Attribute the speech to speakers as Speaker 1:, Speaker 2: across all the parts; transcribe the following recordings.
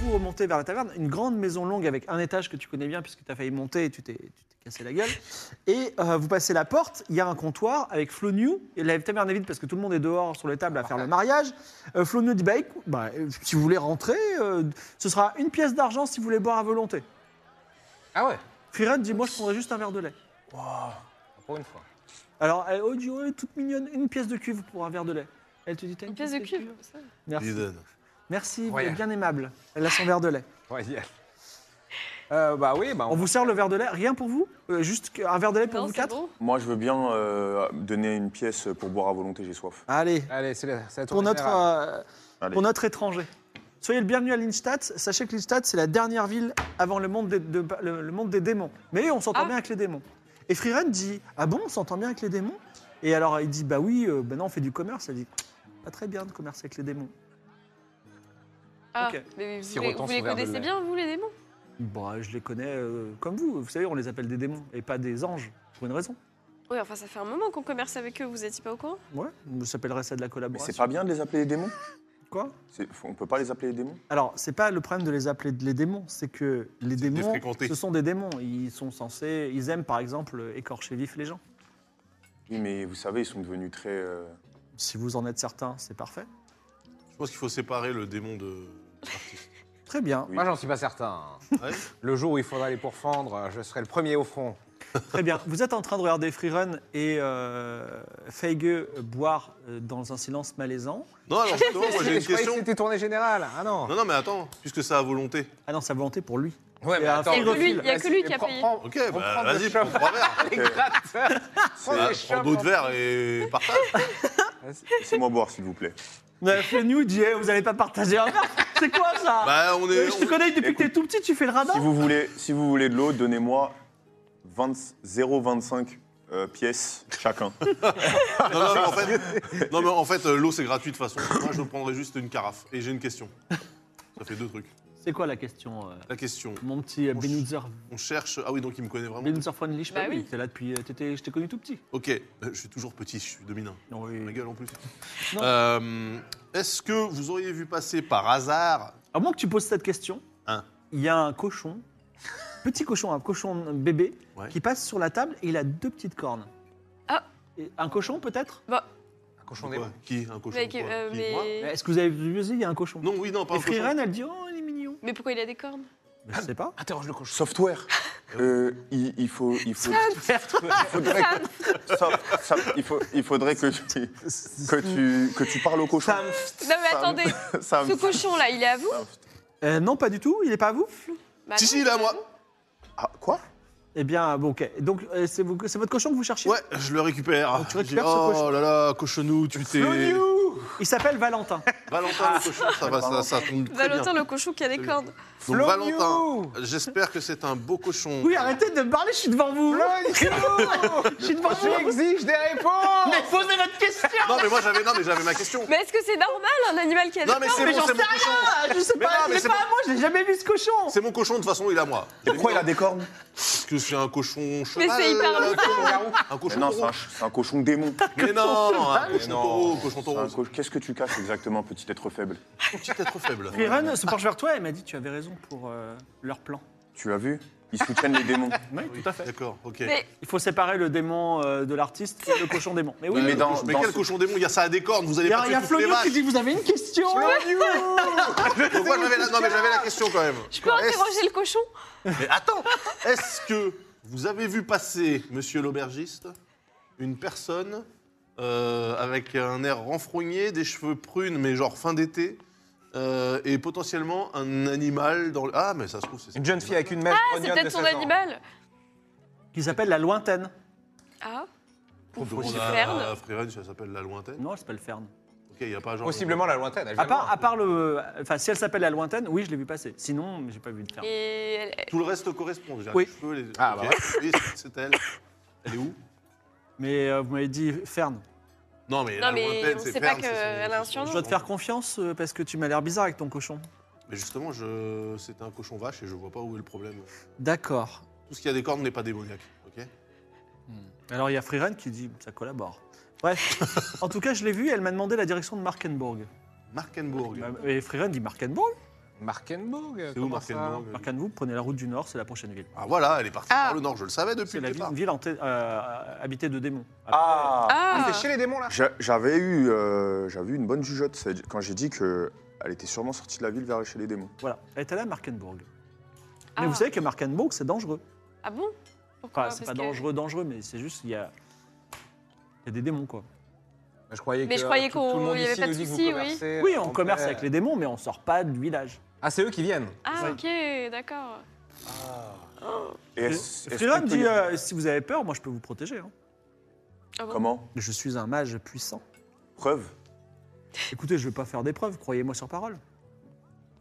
Speaker 1: Vous remontez vers la taverne, une grande maison longue avec un étage que tu connais bien puisque tu as failli monter et tu t'es tu t'es cassé la gueule. Et euh, vous passez la porte, il y a un comptoir avec Flo New. Et La taverne est vide parce que tout le monde est dehors sur les tables à faire le mariage. Euh, Flo New dit bah, écou- bah, euh, si vous voulez rentrer, euh, ce sera une pièce d'argent si vous voulez boire à volonté.
Speaker 2: Ah ouais
Speaker 1: Firen dit moi je prendrais juste un verre de lait.
Speaker 2: Pour une fois.
Speaker 1: Alors elle oh, dit, oh, elle est toute mignonne, une pièce de cuve pour un verre de lait. Elle te dit T'as
Speaker 3: Une pièce de cuve. ça.
Speaker 1: Merci,
Speaker 4: Dis donc.
Speaker 1: Merci vous
Speaker 2: Ouais.
Speaker 1: êtes bien aimable. Elle a son verre de lait.
Speaker 2: Royal. Euh, bah oui, bah
Speaker 1: On vous sert le verre de lait, rien pour vous Euh, Juste un verre de lait pour
Speaker 3: Non,
Speaker 1: vous
Speaker 3: c'est
Speaker 1: quatre
Speaker 3: bon.
Speaker 5: Moi, je veux bien euh, donner une pièce pour boire à volonté, j'ai soif.
Speaker 1: Allez,
Speaker 2: Allez, c'est la, c'est la
Speaker 1: pour
Speaker 2: tournée
Speaker 1: notre,
Speaker 2: générale.
Speaker 1: euh,
Speaker 5: Allez.
Speaker 1: pour notre étranger. Soyez le bienvenu à Lindstadt. Sachez que Lindstadt, c'est la dernière ville avant le monde des, de- le, le monde des démons. Mais on s'entend
Speaker 3: Ah.
Speaker 1: bien avec les démons. Et Freerun dit Ah bon, on s'entend bien avec les démons Et alors il dit Bah oui, euh, bah non, on fait du commerce. Elle dit Pas très bien de commercer avec les démons.
Speaker 3: Ah,
Speaker 1: Ok.
Speaker 3: mais vous,
Speaker 2: Sirotant
Speaker 3: les- vous
Speaker 2: son
Speaker 3: les
Speaker 2: verre de
Speaker 3: connaissez
Speaker 2: lait.
Speaker 3: bien, vous, les démons
Speaker 1: Bah, je les connais euh, comme vous. Vous savez, on les appelle des démons et pas des anges pour une raison.
Speaker 3: Oui, enfin, ça fait un moment qu'on commerce avec eux, vous étiez pas au courant
Speaker 1: Ouais, vous s'appellerez ça de la
Speaker 5: Mais
Speaker 1: collaboration.
Speaker 5: c'est pas bien de les appeler les démons
Speaker 1: quoi
Speaker 5: C'est- On peut pas les appeler les démons
Speaker 1: Alors, c'est pas le problème de les appeler les démons, c'est que les
Speaker 4: de les
Speaker 1: démons,
Speaker 4: fréquenter.
Speaker 1: ce sont des démons. Ils sont censés, ils aiment par exemple écorcher vif les gens.
Speaker 5: Oui, mais vous savez, ils sont devenus très. euh,
Speaker 1: Si vous en êtes certain, c'est parfait.
Speaker 4: Je pense qu'il faut séparer le démon de de l'artiste.
Speaker 1: Très bien,
Speaker 5: Oui.
Speaker 2: Moi, j'en suis pas certain. hein.
Speaker 4: Ouais.
Speaker 2: Le jour où il faudra les pourfendre, euh, je serai le premier au front.
Speaker 1: très bien. Vous êtes en train de regarder Freerun et euh, Feige boire euh, dans un silence malaisant.
Speaker 4: Non, alors justement, moi Oh, j'ai une
Speaker 2: Je croyais que
Speaker 4: question.
Speaker 2: C'était tournée générale. Ah non.
Speaker 4: Non, non, mais attends, puisque c'est à volonté.
Speaker 1: Ah non, sa volonté pour lui.
Speaker 2: Ouais,
Speaker 1: mais attends,
Speaker 3: Il y a que lui- il y a que lui qui a payé.
Speaker 4: Ok, bah vas-y, prends trois verres.
Speaker 2: Les gratteurs. Prends
Speaker 4: Ah, Prends
Speaker 2: des chopes,
Speaker 4: d'autres
Speaker 2: hein.
Speaker 4: verres et partage.
Speaker 5: Laissez-moi boire, s'il vous plaît.
Speaker 1: Euh, Fenyu dit Eh, Vous n'allez pas partager un verre C'est quoi ça
Speaker 4: Bah, on est.
Speaker 1: Euh, Je te
Speaker 4: on-
Speaker 1: connais depuis que t'es tout petit, tu fais le radin
Speaker 5: Si vous voulez, si vous voulez de l'eau, donnez-moi 20 0,25 euh, pièces chacun.
Speaker 4: Non, non, mais en fait, non, mais en fait, euh, l'eau c'est gratuit de toute façon. Moi, je prendrais juste une carafe. Et j'ai une question. Ça fait deux trucs.
Speaker 1: C'est quoi la question euh,
Speaker 4: La question,
Speaker 1: Mon petit euh,
Speaker 4: Mon
Speaker 1: Benutzer,
Speaker 4: on cherche. Ah oui, donc il me connaît vraiment.
Speaker 1: Benutzer Friendly, je
Speaker 3: Bah
Speaker 1: peux
Speaker 3: oui.
Speaker 1: T'es là depuis. euh, t'étais- Je t'ai connu tout petit.
Speaker 4: Ok, euh, je suis toujours petit, je suis dominant. Ma
Speaker 1: Oui.
Speaker 4: gueule en plus.
Speaker 1: Non.
Speaker 4: Euh, Est-ce que vous auriez vu passer par hasard
Speaker 1: À moins que tu poses cette question,
Speaker 4: Hein
Speaker 1: il y a un cochon, petit cochon, un cochon bébé,
Speaker 4: Ouais.
Speaker 1: qui passe sur la table et il a deux petites cornes.
Speaker 3: Ah.
Speaker 1: Et Un cochon peut-être
Speaker 3: Bah,
Speaker 2: Un cochon des
Speaker 4: Quoi Qui Un cochon
Speaker 3: mais,
Speaker 4: quoi
Speaker 3: euh,
Speaker 4: Qui Moi
Speaker 3: mais...
Speaker 1: Est-ce que vous avez vu aussi, il y a un cochon
Speaker 4: Non, oui, non, pas
Speaker 1: Et
Speaker 4: un cochon. Ah,
Speaker 1: Freerun, elle dit Oh, il est mignon.
Speaker 3: mais pourquoi il a des cornes
Speaker 1: Mais je sais pas.
Speaker 2: Interroge le cochon.
Speaker 5: Software. Euh, il, il faut, il faut, il faudrait, que, Soft- Soft- il faut- il faudrait que tu, que tu, que tu parles au cochon.
Speaker 1: Sam.
Speaker 3: Non, mais
Speaker 5: Sam.
Speaker 3: attendez,
Speaker 5: Sam.
Speaker 3: ce cochon-là, il est à vous
Speaker 5: Sam.
Speaker 1: Euh, non, pas du tout, il est pas à vous
Speaker 3: Bah
Speaker 4: Si,
Speaker 3: non,
Speaker 4: si, il est à moi.
Speaker 5: Ah, quoi
Speaker 1: Eh bien, bon, ok. Donc, euh, c'est vous- c'est votre cochon que vous cherchez
Speaker 4: Ouais, je le récupère.
Speaker 1: tu récupères
Speaker 4: J'ai-
Speaker 1: ce
Speaker 4: oh
Speaker 1: cochon.
Speaker 4: là là, cochonou, tu t'es.
Speaker 1: Il s'appelle Valentin.
Speaker 4: Valentin le cochon, ça va, ça, ça tombe très bien.
Speaker 3: Valentin, le cochon qui a des cornes.
Speaker 4: Donc
Speaker 2: Flo
Speaker 4: Valentin, j'espère que c'est un beau cochon.
Speaker 1: Oui, arrêtez de me parler, je suis devant vous. je suis devant vous.
Speaker 2: J'exige des réponses.
Speaker 1: Mais posez votre question
Speaker 4: Non mais moi j'avais, non mais j'avais ma question.
Speaker 3: Mais est-ce que c'est normal, un animal qui a des
Speaker 4: Non mais
Speaker 3: cornes
Speaker 4: c'est
Speaker 1: Mais
Speaker 4: bon,
Speaker 1: j'en
Speaker 4: c'est
Speaker 1: sais
Speaker 4: mon cochon.
Speaker 1: rien Je sais
Speaker 4: Mais
Speaker 1: pas,
Speaker 4: non, mais
Speaker 1: il est
Speaker 4: c'est
Speaker 1: pas
Speaker 4: bon.
Speaker 1: à moi, j'ai jamais vu ce cochon
Speaker 4: C'est mon cochon de toute façon, il est à moi.
Speaker 5: Pourquoi il a des cornes
Speaker 4: Parce que c'est un cochon
Speaker 3: Mais
Speaker 4: cheval.
Speaker 3: c'est hyper
Speaker 4: un
Speaker 3: bizarre.
Speaker 4: cochon garou, un
Speaker 5: Mais
Speaker 4: cochon
Speaker 5: Non, c'est
Speaker 4: taureau.
Speaker 5: un, ch- c'est un cochon démon.
Speaker 4: Mais non, un cochon
Speaker 5: non.
Speaker 4: taureau, cochon
Speaker 5: C'est un
Speaker 4: taureau.
Speaker 5: co- Qu'est-ce que tu caches exactement, petit être faible
Speaker 4: Petit être faible.
Speaker 1: Freerun se penche vers toi et m'a dit Tu avais raison pour euh, leur plan.
Speaker 5: Tu as vu Ils soutiennent les démons.
Speaker 1: Oui,
Speaker 4: Oui,
Speaker 1: tout à fait.
Speaker 4: D'accord, ok.
Speaker 3: Mais
Speaker 1: Il faut séparer le démon euh, de l'artiste et le cochon démon. Mais oui,
Speaker 5: Oui, mais dans-
Speaker 4: Euh, mais
Speaker 5: dans
Speaker 4: quel
Speaker 5: ce-
Speaker 4: cochon démon Il y a ça à des cornes, vous allez
Speaker 1: il y
Speaker 4: pas
Speaker 1: a, il y
Speaker 4: tuer
Speaker 1: a
Speaker 4: toutes les
Speaker 1: Flonio qui dit
Speaker 4: vaches.
Speaker 1: Vous avez une question
Speaker 4: Pourquoi j'avais la... Non, mais j'avais la question quand même.
Speaker 3: je peux interroger le cochon Ah,
Speaker 4: Mais Eh, attends, est-ce que vous avez vu passer, monsieur l'aubergiste, une personne euh, avec un air renfrogné, des cheveux prunes, mais genre fin d'été, euh, et potentiellement un animal dans le. Ah, mais ça se trouve, c'est ça.
Speaker 2: Une jeune fille avec une mèche
Speaker 3: Ah, c'est peut-être son animal.
Speaker 1: Qui s'appelle la lointaine.
Speaker 3: Ah,
Speaker 4: On demande
Speaker 3: Fern.
Speaker 4: à Freerun si elle s'appelle la lointaine.
Speaker 1: Non, elle s'appelle Fern.
Speaker 4: Ok, il n'y a pas genre.
Speaker 2: Possiblement la lointaine. elle
Speaker 1: À
Speaker 2: vient
Speaker 1: part,
Speaker 2: loin.
Speaker 1: à part le. Enfin, si elle s'appelle la lointaine, oui, je l'ai vu passer. Sinon, j'ai pas vu de Fern.
Speaker 3: et elle-
Speaker 4: Tout le reste correspond déjà.
Speaker 1: Oui.
Speaker 4: Les cheveux, les-
Speaker 2: Ah,
Speaker 4: Ok.
Speaker 2: bah
Speaker 4: Oui, c'est elle. Elle est où
Speaker 1: Mais euh, vous m'avez dit Fern.
Speaker 4: Non, mais,
Speaker 3: Non,
Speaker 4: la
Speaker 3: mais
Speaker 4: lointaine,
Speaker 3: on
Speaker 4: c'est
Speaker 3: sait pas
Speaker 4: Fern,
Speaker 3: que
Speaker 4: c'est son-
Speaker 3: elle a un
Speaker 4: c'est son-
Speaker 3: surnom.
Speaker 1: Je dois te faire confiance euh, parce que tu m'as l'air bizarre avec ton cochon.
Speaker 4: Mais justement, je... c'était un cochon vache et je vois pas où est le problème.
Speaker 1: D'accord.
Speaker 4: Tout ce qui a des cornes n'est pas démoniaque. Ok
Speaker 1: Alors il y a Freerun qui dit ça collabore. Bref, en tout cas, je l'ai vue, elle m'a demandé la direction de Markenburg. Bah,
Speaker 4: Markenburg.
Speaker 1: Et Freerun dit Markenburg
Speaker 2: Markenburg.
Speaker 4: C'est où Markenburg
Speaker 1: Markenburg, Euh, prenez la route du nord, c'est la prochaine ville.
Speaker 4: Ah voilà, elle est partie
Speaker 3: Ah.
Speaker 4: par le nord, je le savais depuis
Speaker 1: C'est
Speaker 4: le
Speaker 1: la
Speaker 4: départ.
Speaker 1: ville, ville hanté- euh, habitée de démons.
Speaker 5: Ah,
Speaker 3: Ah,
Speaker 2: C'est chez les démons là.
Speaker 5: J'a- J'avais eu, euh, j'avais eu une bonne jugeote c'est- quand j'ai dit que elle était sûrement sortie de la ville vers chez les démons.
Speaker 1: euh, Voilà, elle était là à Markenburg. Mais
Speaker 3: Ah.
Speaker 1: vous savez que Markenburg, c'est dangereux.
Speaker 3: ah bon Pourquoi
Speaker 1: Enfin, c'est
Speaker 3: Parce
Speaker 1: pas
Speaker 3: que-
Speaker 1: dangereux, dangereux, mais c'est juste qu'il y a... il y a des démons, quoi.
Speaker 2: Je croyais
Speaker 3: Mais
Speaker 2: que
Speaker 3: je croyais
Speaker 2: tout- tout le
Speaker 3: qu'on-
Speaker 2: monde
Speaker 3: il y avait
Speaker 2: ici
Speaker 3: pas de
Speaker 2: nous dit que vous
Speaker 3: soucis, oui.
Speaker 2: commercez,
Speaker 1: Oui,
Speaker 2: euh,
Speaker 1: on
Speaker 2: en
Speaker 1: commerce
Speaker 2: paix.
Speaker 1: avec les démons, mais on sort pas du village.
Speaker 2: Ah, c'est eux qui viennent.
Speaker 3: Ah, ok, d'accord.
Speaker 5: Et est-ce- est-ce
Speaker 1: Freerun
Speaker 5: qu'on peut-
Speaker 1: Euh, dit euh, si vous avez peur, moi je peux vous protéger. hein.
Speaker 3: Ah bon
Speaker 5: Comment
Speaker 1: Je suis un mage puissant.
Speaker 5: Preuve
Speaker 1: Écoutez, je ne vais pas faire des preuves, croyez-moi sur parole.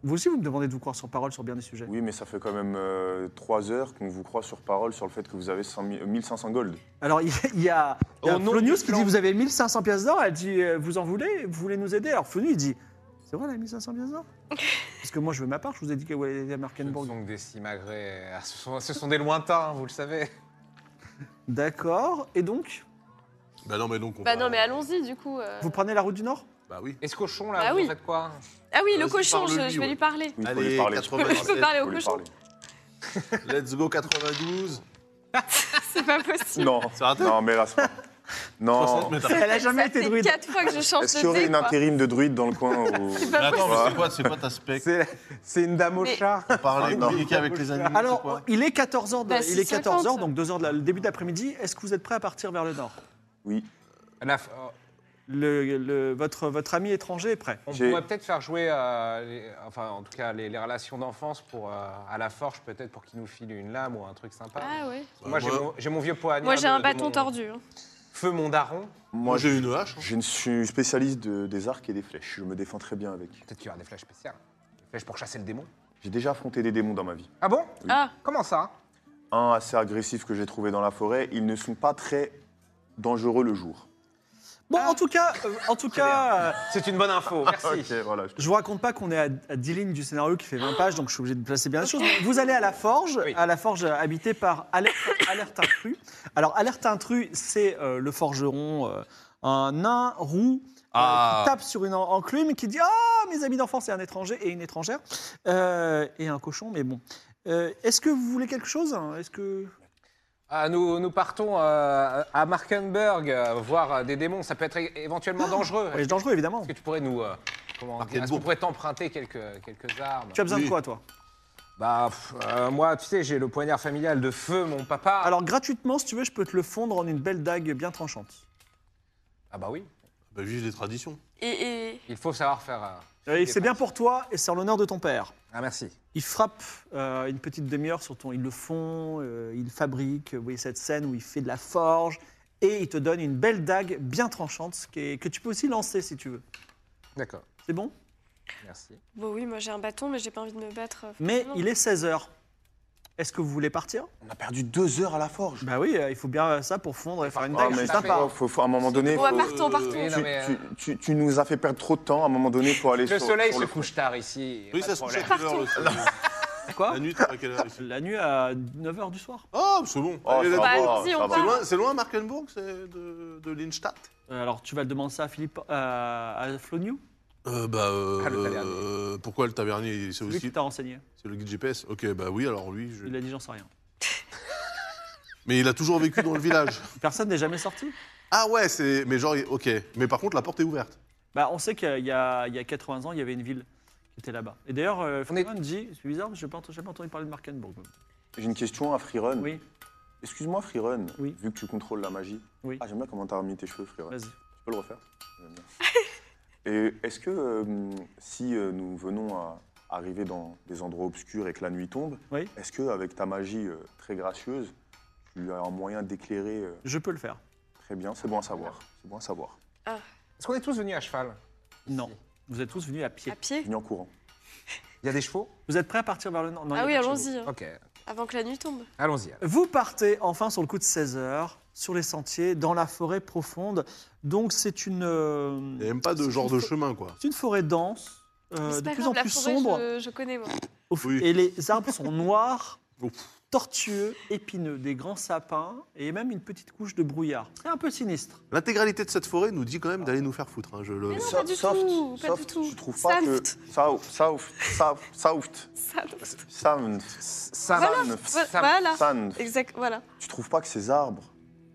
Speaker 1: Vous aussi, vous me demandez de vous croire sur parole sur bien des sujets.
Speaker 5: Oui, mais ça fait quand même euh, trois heures qu'on vous croit sur parole sur le fait que vous avez 100 000 euh, 1500 gold.
Speaker 1: Alors, il y a, il y a, il y a
Speaker 2: Au nom
Speaker 1: Flonius
Speaker 2: du
Speaker 1: qui
Speaker 2: clan.
Speaker 1: dit Vous avez 1500 pièces d'or Elle dit euh, Vous en voulez Vous voulez nous aider Alors, Flonius, il dit C'est vrai, la 1500 pièces d'or Parce que moi, je veux ma part, je vous ai dit qu'elle allait à
Speaker 2: Ce ne
Speaker 1: Markenburg.
Speaker 2: sont que des simagrées. Ah, ce, sont, ce sont des lointains, vous le savez.
Speaker 1: D'accord, et donc
Speaker 4: Bah non, mais donc on
Speaker 3: Bah
Speaker 4: va-
Speaker 3: non, mais allons-y du coup. euh.
Speaker 1: Vous prenez la route du Nord
Speaker 4: Bah oui.
Speaker 2: Et ce cochon là,
Speaker 3: Bah
Speaker 2: vous en
Speaker 3: oui.
Speaker 2: faites quoi
Speaker 3: Ah oui, le
Speaker 4: Vas-y,
Speaker 3: cochon, je,
Speaker 4: parle-lui,
Speaker 3: je vais
Speaker 4: ouais.
Speaker 3: lui parler.
Speaker 5: Oui, il faut
Speaker 4: Allez,
Speaker 5: lui parler.
Speaker 3: Je peux
Speaker 4: 97.
Speaker 3: parler
Speaker 5: Faut
Speaker 3: au
Speaker 5: lui
Speaker 3: cochon,
Speaker 5: parler.
Speaker 4: Let's go 92.
Speaker 3: c'est pas possible.
Speaker 5: Non,
Speaker 4: Ça raté
Speaker 5: non, mais là, c'est pas. Non.
Speaker 4: 60 mètres.
Speaker 1: Elle a
Speaker 3: Ça
Speaker 1: jamais été
Speaker 3: fait
Speaker 1: druide.
Speaker 3: quatre fois que je change
Speaker 5: Est-ce
Speaker 3: de
Speaker 5: qu'il y aurait
Speaker 3: dé,
Speaker 5: une
Speaker 3: quoi.
Speaker 5: intérim de druide dans le coin ou...
Speaker 3: C'est pas
Speaker 4: Attends,
Speaker 3: possible.
Speaker 4: mais c'est quoi, c'est quoi ta spec
Speaker 2: C'est c'est une dame au
Speaker 3: Mais-
Speaker 2: chat.
Speaker 4: Parler,
Speaker 5: Ah, non.
Speaker 4: communiquer avec les animaux, c'est
Speaker 1: Alors,
Speaker 4: quoi
Speaker 1: il est 14h,
Speaker 3: Bah,
Speaker 1: il est 14 heures,
Speaker 3: 6h50.
Speaker 1: donc 2h le début d'après-midi. Est-ce que vous êtes prêt à partir vers le Nord
Speaker 5: Oui.
Speaker 2: La f- euh,
Speaker 1: Le- le- votre, votre ami étranger est prêt.
Speaker 2: on
Speaker 5: J'ai-
Speaker 2: pourrait peut-être faire jouer, euh, les- enfin en tout cas les, les relations d'enfance pour euh, à la forge peut-être pour qu'il nous file une lame ou un truc sympa.
Speaker 3: Ah ouais.
Speaker 2: Moi j'ai
Speaker 4: Moi-
Speaker 2: mon, j'ai mon vieux poignard.
Speaker 3: Moi j'ai
Speaker 2: de-
Speaker 3: un
Speaker 2: de
Speaker 3: bâton
Speaker 2: mon-
Speaker 3: tordu. hein.
Speaker 2: Feu mon daron.
Speaker 4: Moi
Speaker 5: Moi, je,
Speaker 4: j'ai une hache. hein.
Speaker 5: je ne suis spécialiste de- des arcs et des flèches. Je me défends très bien avec.
Speaker 2: Peut-être qu'il y aura des flèches spéciales. Des flèches pour chasser le démon.
Speaker 5: J'ai déjà affronté des démons dans ma vie.
Speaker 2: Ah bon
Speaker 3: Ah,
Speaker 2: Comment ça
Speaker 5: Un assez agressif que j'ai trouvé dans la forêt. Ils ne sont pas très dangereux le jour.
Speaker 1: Bon, en tout cas, euh, en tout cas, euh,
Speaker 2: C'est une bonne info, merci.
Speaker 5: voilà. je-
Speaker 1: je vous raconte pas qu'on est à, à 10 lignes du scénario qui fait 20 pages, donc je suis obligé de placer bien les choses. Vous allez à la forge,
Speaker 2: Oui.
Speaker 1: à la forge habitée par Alerte, Alerte Intrus. Alors, Alerte Intrus, c'est euh, le forgeron, euh, un nain roux. euh,
Speaker 4: Ah.
Speaker 1: qui tape sur une en- enclume qui dit Ah, mes amis d'enfance, c'est un étranger et une étrangère. Euh, et un cochon, mais bon. Euh, Est-ce que vous voulez quelque chose hein Est-ce que.
Speaker 2: Ah, nous, nous partons euh, à Markenburg euh, voir euh, des démons. Ça peut être é-
Speaker 3: Ah.
Speaker 2: éventuellement dangereux.
Speaker 1: Ouais, c'est dangereux, évidemment.
Speaker 2: Est-ce que tu pourrais nous. euh, comment dire,
Speaker 4: Markenburg.
Speaker 2: Est-ce qu'on pourrait t'emprunter quelques, quelques armes
Speaker 1: Tu as besoin de
Speaker 4: Oui.
Speaker 1: quoi, toi
Speaker 2: Bah, pff, euh, moi, tu sais, j'ai le poignard familial de feu, mon papa.
Speaker 1: Alors, gratuitement, si tu veux, je peux te le fondre en une belle dague bien tranchante.
Speaker 2: Ah, bah oui.
Speaker 4: Bah vive les traditions.
Speaker 3: et, et-
Speaker 2: Il faut savoir faire. euh,
Speaker 1: Euh, et c'est bien pour toi et c'est en l'honneur de ton père.
Speaker 2: Ah, merci.
Speaker 1: Il frappe euh, une petite demi-heure sur ton. Ils le font, euh, ils fabriquent. Vous voyez cette scène où il fait de la forge et il te donne une belle dague bien tranchante qui est- que tu peux aussi lancer si tu veux.
Speaker 2: D'accord.
Speaker 1: C'est bon
Speaker 2: Merci.
Speaker 3: Bon oui, moi j'ai un bâton, mais j'ai pas envie de me battre. euh,
Speaker 1: Mais
Speaker 3: forcément.
Speaker 1: il est 16h. Est-ce que vous voulez partir
Speaker 5: On a perdu deux heures à la forge.
Speaker 1: Bah oui, euh, il faut bien euh, ça pour fondre et faire une
Speaker 5: Ah,
Speaker 1: dague.
Speaker 5: mais
Speaker 1: c'est
Speaker 2: ça fait-
Speaker 1: sympa.
Speaker 5: faut, faut, faut- à un moment donné.
Speaker 3: On va
Speaker 5: faut-
Speaker 3: bah, partons, partons.
Speaker 2: Oui, non,
Speaker 5: tu,
Speaker 2: mais, euh,
Speaker 5: tu- tu- tu nous as fait perdre trop de temps. À un moment donné, faut aller
Speaker 2: Le
Speaker 5: sur,
Speaker 2: soleil
Speaker 5: sur
Speaker 2: se
Speaker 5: le
Speaker 2: couche tard ici.
Speaker 4: Oui,
Speaker 2: pas
Speaker 4: ça
Speaker 2: de
Speaker 4: se couche à
Speaker 2: problème.
Speaker 4: quelle heure le soleil
Speaker 1: Quoi
Speaker 4: La nuit, c'est à quelle heure ici
Speaker 1: La nuit à 9h du soir.
Speaker 4: Oh, c'est bon.
Speaker 5: Oh,
Speaker 4: Allez,
Speaker 5: ça
Speaker 4: let's
Speaker 3: Bah,
Speaker 4: go.
Speaker 5: va,
Speaker 3: si,
Speaker 5: ça
Speaker 3: on
Speaker 5: va.
Speaker 3: part.
Speaker 4: C'est loin, c'est loin Markenburg, c'est de, de Lindstadt
Speaker 1: Euh, alors tu vas le demander ça à Philippe, euh, à Floniou,
Speaker 4: euh, Bah, euh,
Speaker 2: Ah, le tavernier.
Speaker 4: euh, pourquoi le tavernier C'est
Speaker 1: lui qui
Speaker 4: aussi
Speaker 1: t'a renseigné.
Speaker 4: c'est le guide GPS. Ok, bah oui, alors lui. je-
Speaker 1: Il a dit j'en sais rien.
Speaker 4: Mais il a toujours vécu dans le village.
Speaker 1: Personne n'est jamais sorti.
Speaker 4: Ah ouais, c'est. Mais genre, ok. Mais par contre, la porte est ouverte.
Speaker 1: Bah, on sait qu'il y, a il y a 80 ans, il y avait une ville qui était là-bas. Et d'ailleurs, euh,
Speaker 2: On est-
Speaker 1: Freeman dit, c'est bizarre, mais je n'ai pas ent- jamais entendu parler de Markenburg.
Speaker 5: J'ai une question à Freerun.
Speaker 1: Oui,
Speaker 5: Excuse-moi, Freerun,
Speaker 1: Oui.
Speaker 5: vu que tu contrôles la magie.
Speaker 1: Oui.
Speaker 5: Ah, j'aime bien comment t'as remis tes cheveux, Freerun.
Speaker 1: vas-y.
Speaker 5: Tu peux le refaire J'aime bien. Et est-ce que euh, si euh, nous venons à arriver dans des endroits obscurs et que la nuit tombe,
Speaker 1: Oui.
Speaker 5: est-ce que avec ta magie euh, très gracieuse, tu as un moyen d'éclairer euh,
Speaker 1: Je peux le faire.
Speaker 5: très bien C'est bon à savoir. C'est bon à savoir.
Speaker 2: Est-ce qu'on est tous venus à cheval
Speaker 1: Non. Vous êtes tous venus à pied.
Speaker 3: À pied
Speaker 5: Venu en courant.
Speaker 2: Il y a des chevaux
Speaker 1: Vous êtes prêts à partir vers le nord Non, il y
Speaker 3: Ah
Speaker 1: a
Speaker 3: oui,
Speaker 1: pas de
Speaker 3: allons-y, hein,
Speaker 2: Ok,
Speaker 3: avant que la nuit tombe.
Speaker 2: allons-y. alors.
Speaker 1: Vous partez enfin sur le coup de 16 heures, sur les sentiers, dans la forêt profonde. Donc c'est une, euh,
Speaker 4: Il n'y a même pas de genre de chemin, quoi.
Speaker 1: c'est une forêt dense, euh,
Speaker 3: Mais c'est
Speaker 1: de
Speaker 3: pas
Speaker 1: plus
Speaker 3: grave,
Speaker 1: en
Speaker 3: la
Speaker 1: plus
Speaker 3: forêt,
Speaker 1: sombre,
Speaker 3: Je, je connais, moi.
Speaker 1: Au f-
Speaker 4: Oui.
Speaker 1: et les arbres sont noirs,
Speaker 4: Ouf.
Speaker 1: tortueux, épineux, des grands sapins et même une petite couche de brouillard. C'est un peu sinistre.
Speaker 4: L'intégralité de cette forêt nous dit quand même d'aller nous faire foutre. hein, je le...
Speaker 3: Mais non,
Speaker 5: Sa-
Speaker 3: pas du tout, pas du tout.
Speaker 5: tu trouves pas que
Speaker 3: Saft.
Speaker 5: Sauf, sauf, sauf, sauf,
Speaker 3: Ça,
Speaker 5: sauf,
Speaker 2: Ça
Speaker 3: Voilà. vo-
Speaker 2: va, ça-
Speaker 3: voilà,
Speaker 5: sauf.
Speaker 3: exact, voilà.
Speaker 5: Tu trouves pas que ces arbres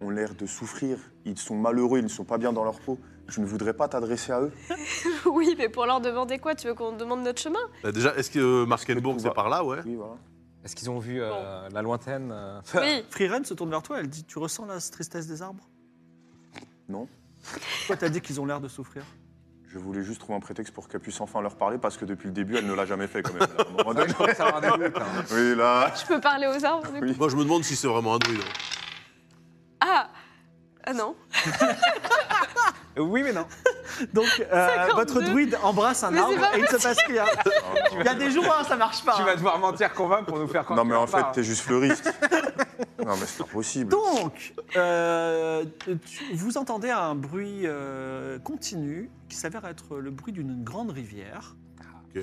Speaker 5: ont l'air de souffrir Ils sont malheureux, ils ne sont pas bien dans leur peau. Tu ne voudrais pas t'adresser à eux
Speaker 3: Oui, mais pour leur demander quoi Tu veux qu'on demande notre chemin
Speaker 4: Bah, déjà, est-ce que euh, Markenbourg,
Speaker 5: Peut-être qu'on
Speaker 4: c'est
Speaker 5: va-
Speaker 4: par là, ouais
Speaker 5: Oui, voilà.
Speaker 2: Est-ce qu'ils ont vu euh, la lointaine euh,
Speaker 3: Oui,
Speaker 1: Freeren se tourne vers toi, elle dit Tu ressens la tristesse des arbres
Speaker 5: Non.
Speaker 1: Pourquoi t'as dit qu'ils ont l'air de souffrir
Speaker 5: Je voulais juste trouver un prétexte pour qu'elle puisse enfin leur parler parce que depuis le début, elle ne l'a jamais fait quand même. À un moment donné-
Speaker 2: Ça va avoir des doutes, hein.
Speaker 5: Oui, là.
Speaker 3: je peux parler aux arbres du coup.
Speaker 5: Oui.
Speaker 4: Moi, je me demande si c'est vraiment un druide. hein.
Speaker 3: Ah Ah non
Speaker 2: Euh, Oui, mais non.
Speaker 1: Donc, euh,
Speaker 3: 52.
Speaker 1: votre druide embrasse un
Speaker 3: Mais c'est
Speaker 1: arbre
Speaker 3: pas
Speaker 1: et il ne se passe rien. Il y a des jours où ça marche pas.
Speaker 2: Tu vas devoir mentir, convaincre pour nous faire croire.
Speaker 5: Non,
Speaker 2: que
Speaker 5: mais
Speaker 2: tu
Speaker 5: en
Speaker 2: vas
Speaker 5: fait,
Speaker 2: pas, hein.
Speaker 5: t'es juste fleuriste. Non, mais c'est pas possible.
Speaker 1: Donc, euh, tu- vous entendez un bruit euh, continu qui s'avère être le bruit d'une grande rivière.
Speaker 4: Ok.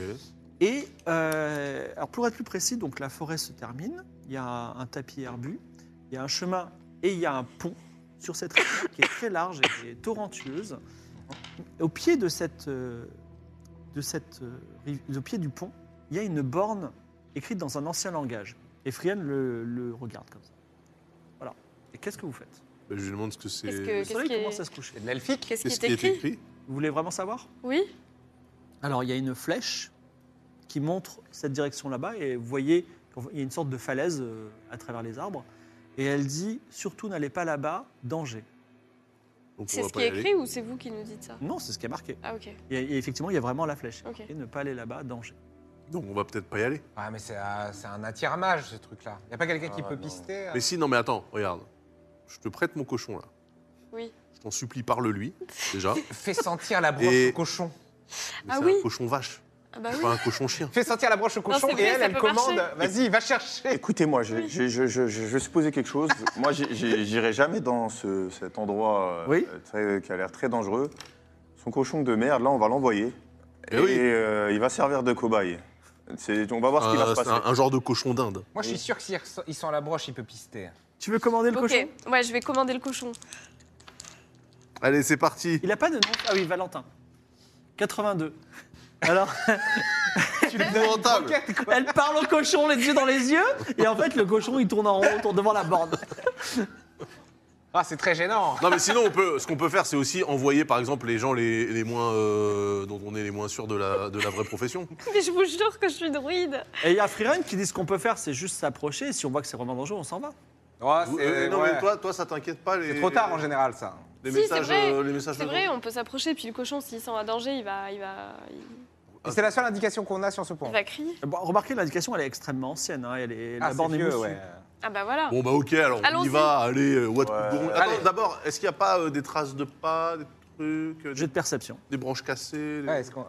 Speaker 1: Et euh, alors pour être plus précis, donc la forêt se termine, il y a un, un tapis herbu, il y a un chemin et il y a un pont sur cette rivière qui est très large et qui est torrentueuse. Au pied de cette, euh, de cette euh, rive- au pied du pont, il y a une borne écrite dans un ancien langage. Et Frienne le, le regarde comme ça. Voilà. Et qu'est-ce que vous faites
Speaker 4: Bah, je lui demande ce que c'est.
Speaker 3: Euh, Qu'est-ce
Speaker 1: Le
Speaker 3: que-
Speaker 1: soleil
Speaker 3: qui est-
Speaker 1: commence à se coucher.
Speaker 2: C'est de l'elfique.
Speaker 3: Qu'est-ce qui
Speaker 4: Qu'est-ce
Speaker 3: est
Speaker 4: qui est
Speaker 3: écrit
Speaker 4: écrit
Speaker 1: Vous voulez vraiment savoir
Speaker 3: Oui
Speaker 1: Alors, il y a une flèche qui montre cette direction là-bas, et vous voyez qu'il y a une sorte de falaise euh, à travers les arbres. Et elle dit surtout n'allez pas là-bas, danger.
Speaker 4: Donc, on
Speaker 3: C'est
Speaker 4: va
Speaker 3: ce
Speaker 4: pas
Speaker 3: qui
Speaker 4: y
Speaker 3: est
Speaker 4: aller.
Speaker 3: écrit ou c'est vous qui nous dites ça
Speaker 1: Non, c'est ce qui est marqué.
Speaker 3: Ah ok.
Speaker 1: Et, et effectivement, il y a vraiment la flèche.
Speaker 3: Ok.
Speaker 1: Et ne pas aller là-bas, danger.
Speaker 4: Donc, on va peut-être pas y aller.
Speaker 2: Ah, mais c'est euh, c'est un attirage, ce truc-là. Y a pas quelqu'un qui
Speaker 5: Ah,
Speaker 2: peut
Speaker 5: non.
Speaker 2: pister euh
Speaker 4: Mais si, non, mais attends, regarde. Je te prête mon cochon, là.
Speaker 3: Oui.
Speaker 4: Je t'en supplie, parle-lui, déjà.
Speaker 2: Fais sentir la broche
Speaker 4: Et-
Speaker 2: au cochon.
Speaker 4: Mais
Speaker 3: Ah
Speaker 4: c'est
Speaker 3: oui.
Speaker 4: un cochon vache,
Speaker 3: Ah bah
Speaker 4: c'est
Speaker 3: oui.
Speaker 4: pas un cochon chien.
Speaker 2: Fais sentir la broche au cochon
Speaker 3: c'est
Speaker 2: et
Speaker 3: vrai,
Speaker 2: elle,
Speaker 3: ça
Speaker 2: elle
Speaker 3: peut
Speaker 2: commande.
Speaker 3: marcher.
Speaker 2: Vas-y, va chercher.
Speaker 5: Écoutez-moi, j'ai- j'ai- je, je, je, je supposais quelque chose. Moi, j'ai- j'ai- j'irai jamais dans ce, cet endroit euh,
Speaker 1: Oui.
Speaker 5: très- qui a l'air très dangereux. Son cochon de merde, là, on va l'envoyer.
Speaker 4: Eh
Speaker 5: et
Speaker 4: oui.
Speaker 5: euh, il va servir de cobaye. C'est- On va voir ce qui va
Speaker 4: Un-
Speaker 5: se
Speaker 4: Euh, c'est
Speaker 5: passer.
Speaker 4: un, un genre de cochon d'Inde.
Speaker 2: Moi, je suis sûr que s'il ressent- il sent la broche, il peut pister.
Speaker 1: Tu veux commander le
Speaker 3: Ok,
Speaker 1: cochon
Speaker 3: ouais, je vais commander le cochon.
Speaker 4: Allez, c'est parti.
Speaker 1: Il n'a pas de nom Ah oui, Valentin. 82. Alors,
Speaker 2: Tu le
Speaker 4: donnes en table.
Speaker 1: elle parle au cochon, les yeux dans les yeux, et en fait, le cochon, il tourne en rond, tourne devant la borne.
Speaker 2: Ah, c'est très gênant.
Speaker 4: Non, mais sinon, on peut, ce qu'on peut faire, c'est aussi envoyer, par exemple, les gens les, les moins, euh, dont on est les moins sûrs de la, de la vraie profession.
Speaker 3: Mais je vous jure que je suis druide.
Speaker 1: Et il y a Freerun qui dit ce qu'on peut faire, c'est juste s'approcher, et si on voit que c'est vraiment dangereux, on s'en va.
Speaker 2: Oh, c'est
Speaker 4: Vous- euh, non,
Speaker 2: ouais.
Speaker 4: mais toi, toi ça t'inquiète pas. Les,
Speaker 2: C'est trop tard en général, ça.
Speaker 4: Les
Speaker 3: Si, c'est
Speaker 4: messages,
Speaker 3: vrai.
Speaker 4: euh, les messages
Speaker 3: C'est
Speaker 4: de-
Speaker 3: vrai, on peut s'approcher, puis le cochon, s'il sent un danger, il va, il va, il
Speaker 4: Ah.
Speaker 2: Et C'est la seule indication qu'on a sur ce point.
Speaker 3: va crier.
Speaker 1: Bon, remarquez, l'indication, elle est extrêmement ancienne. hein, elle est,
Speaker 2: Ah,
Speaker 1: la
Speaker 2: c'est
Speaker 1: borne est
Speaker 2: vieux,
Speaker 1: moussue.
Speaker 2: ouais.
Speaker 3: Ah bah voilà.
Speaker 4: Bon, bah, ok, alors on y
Speaker 3: Allons-y.
Speaker 4: va. Allez, euh, what
Speaker 5: Ouais.
Speaker 4: Bon, attends,
Speaker 2: Allez.
Speaker 4: d'abord, est-ce qu'il n'y a pas euh, des traces de pas, des trucs, euh,
Speaker 1: Jet
Speaker 4: des,
Speaker 1: de perception.
Speaker 4: des branches cassées des-
Speaker 2: Ouais, est-ce qu'on-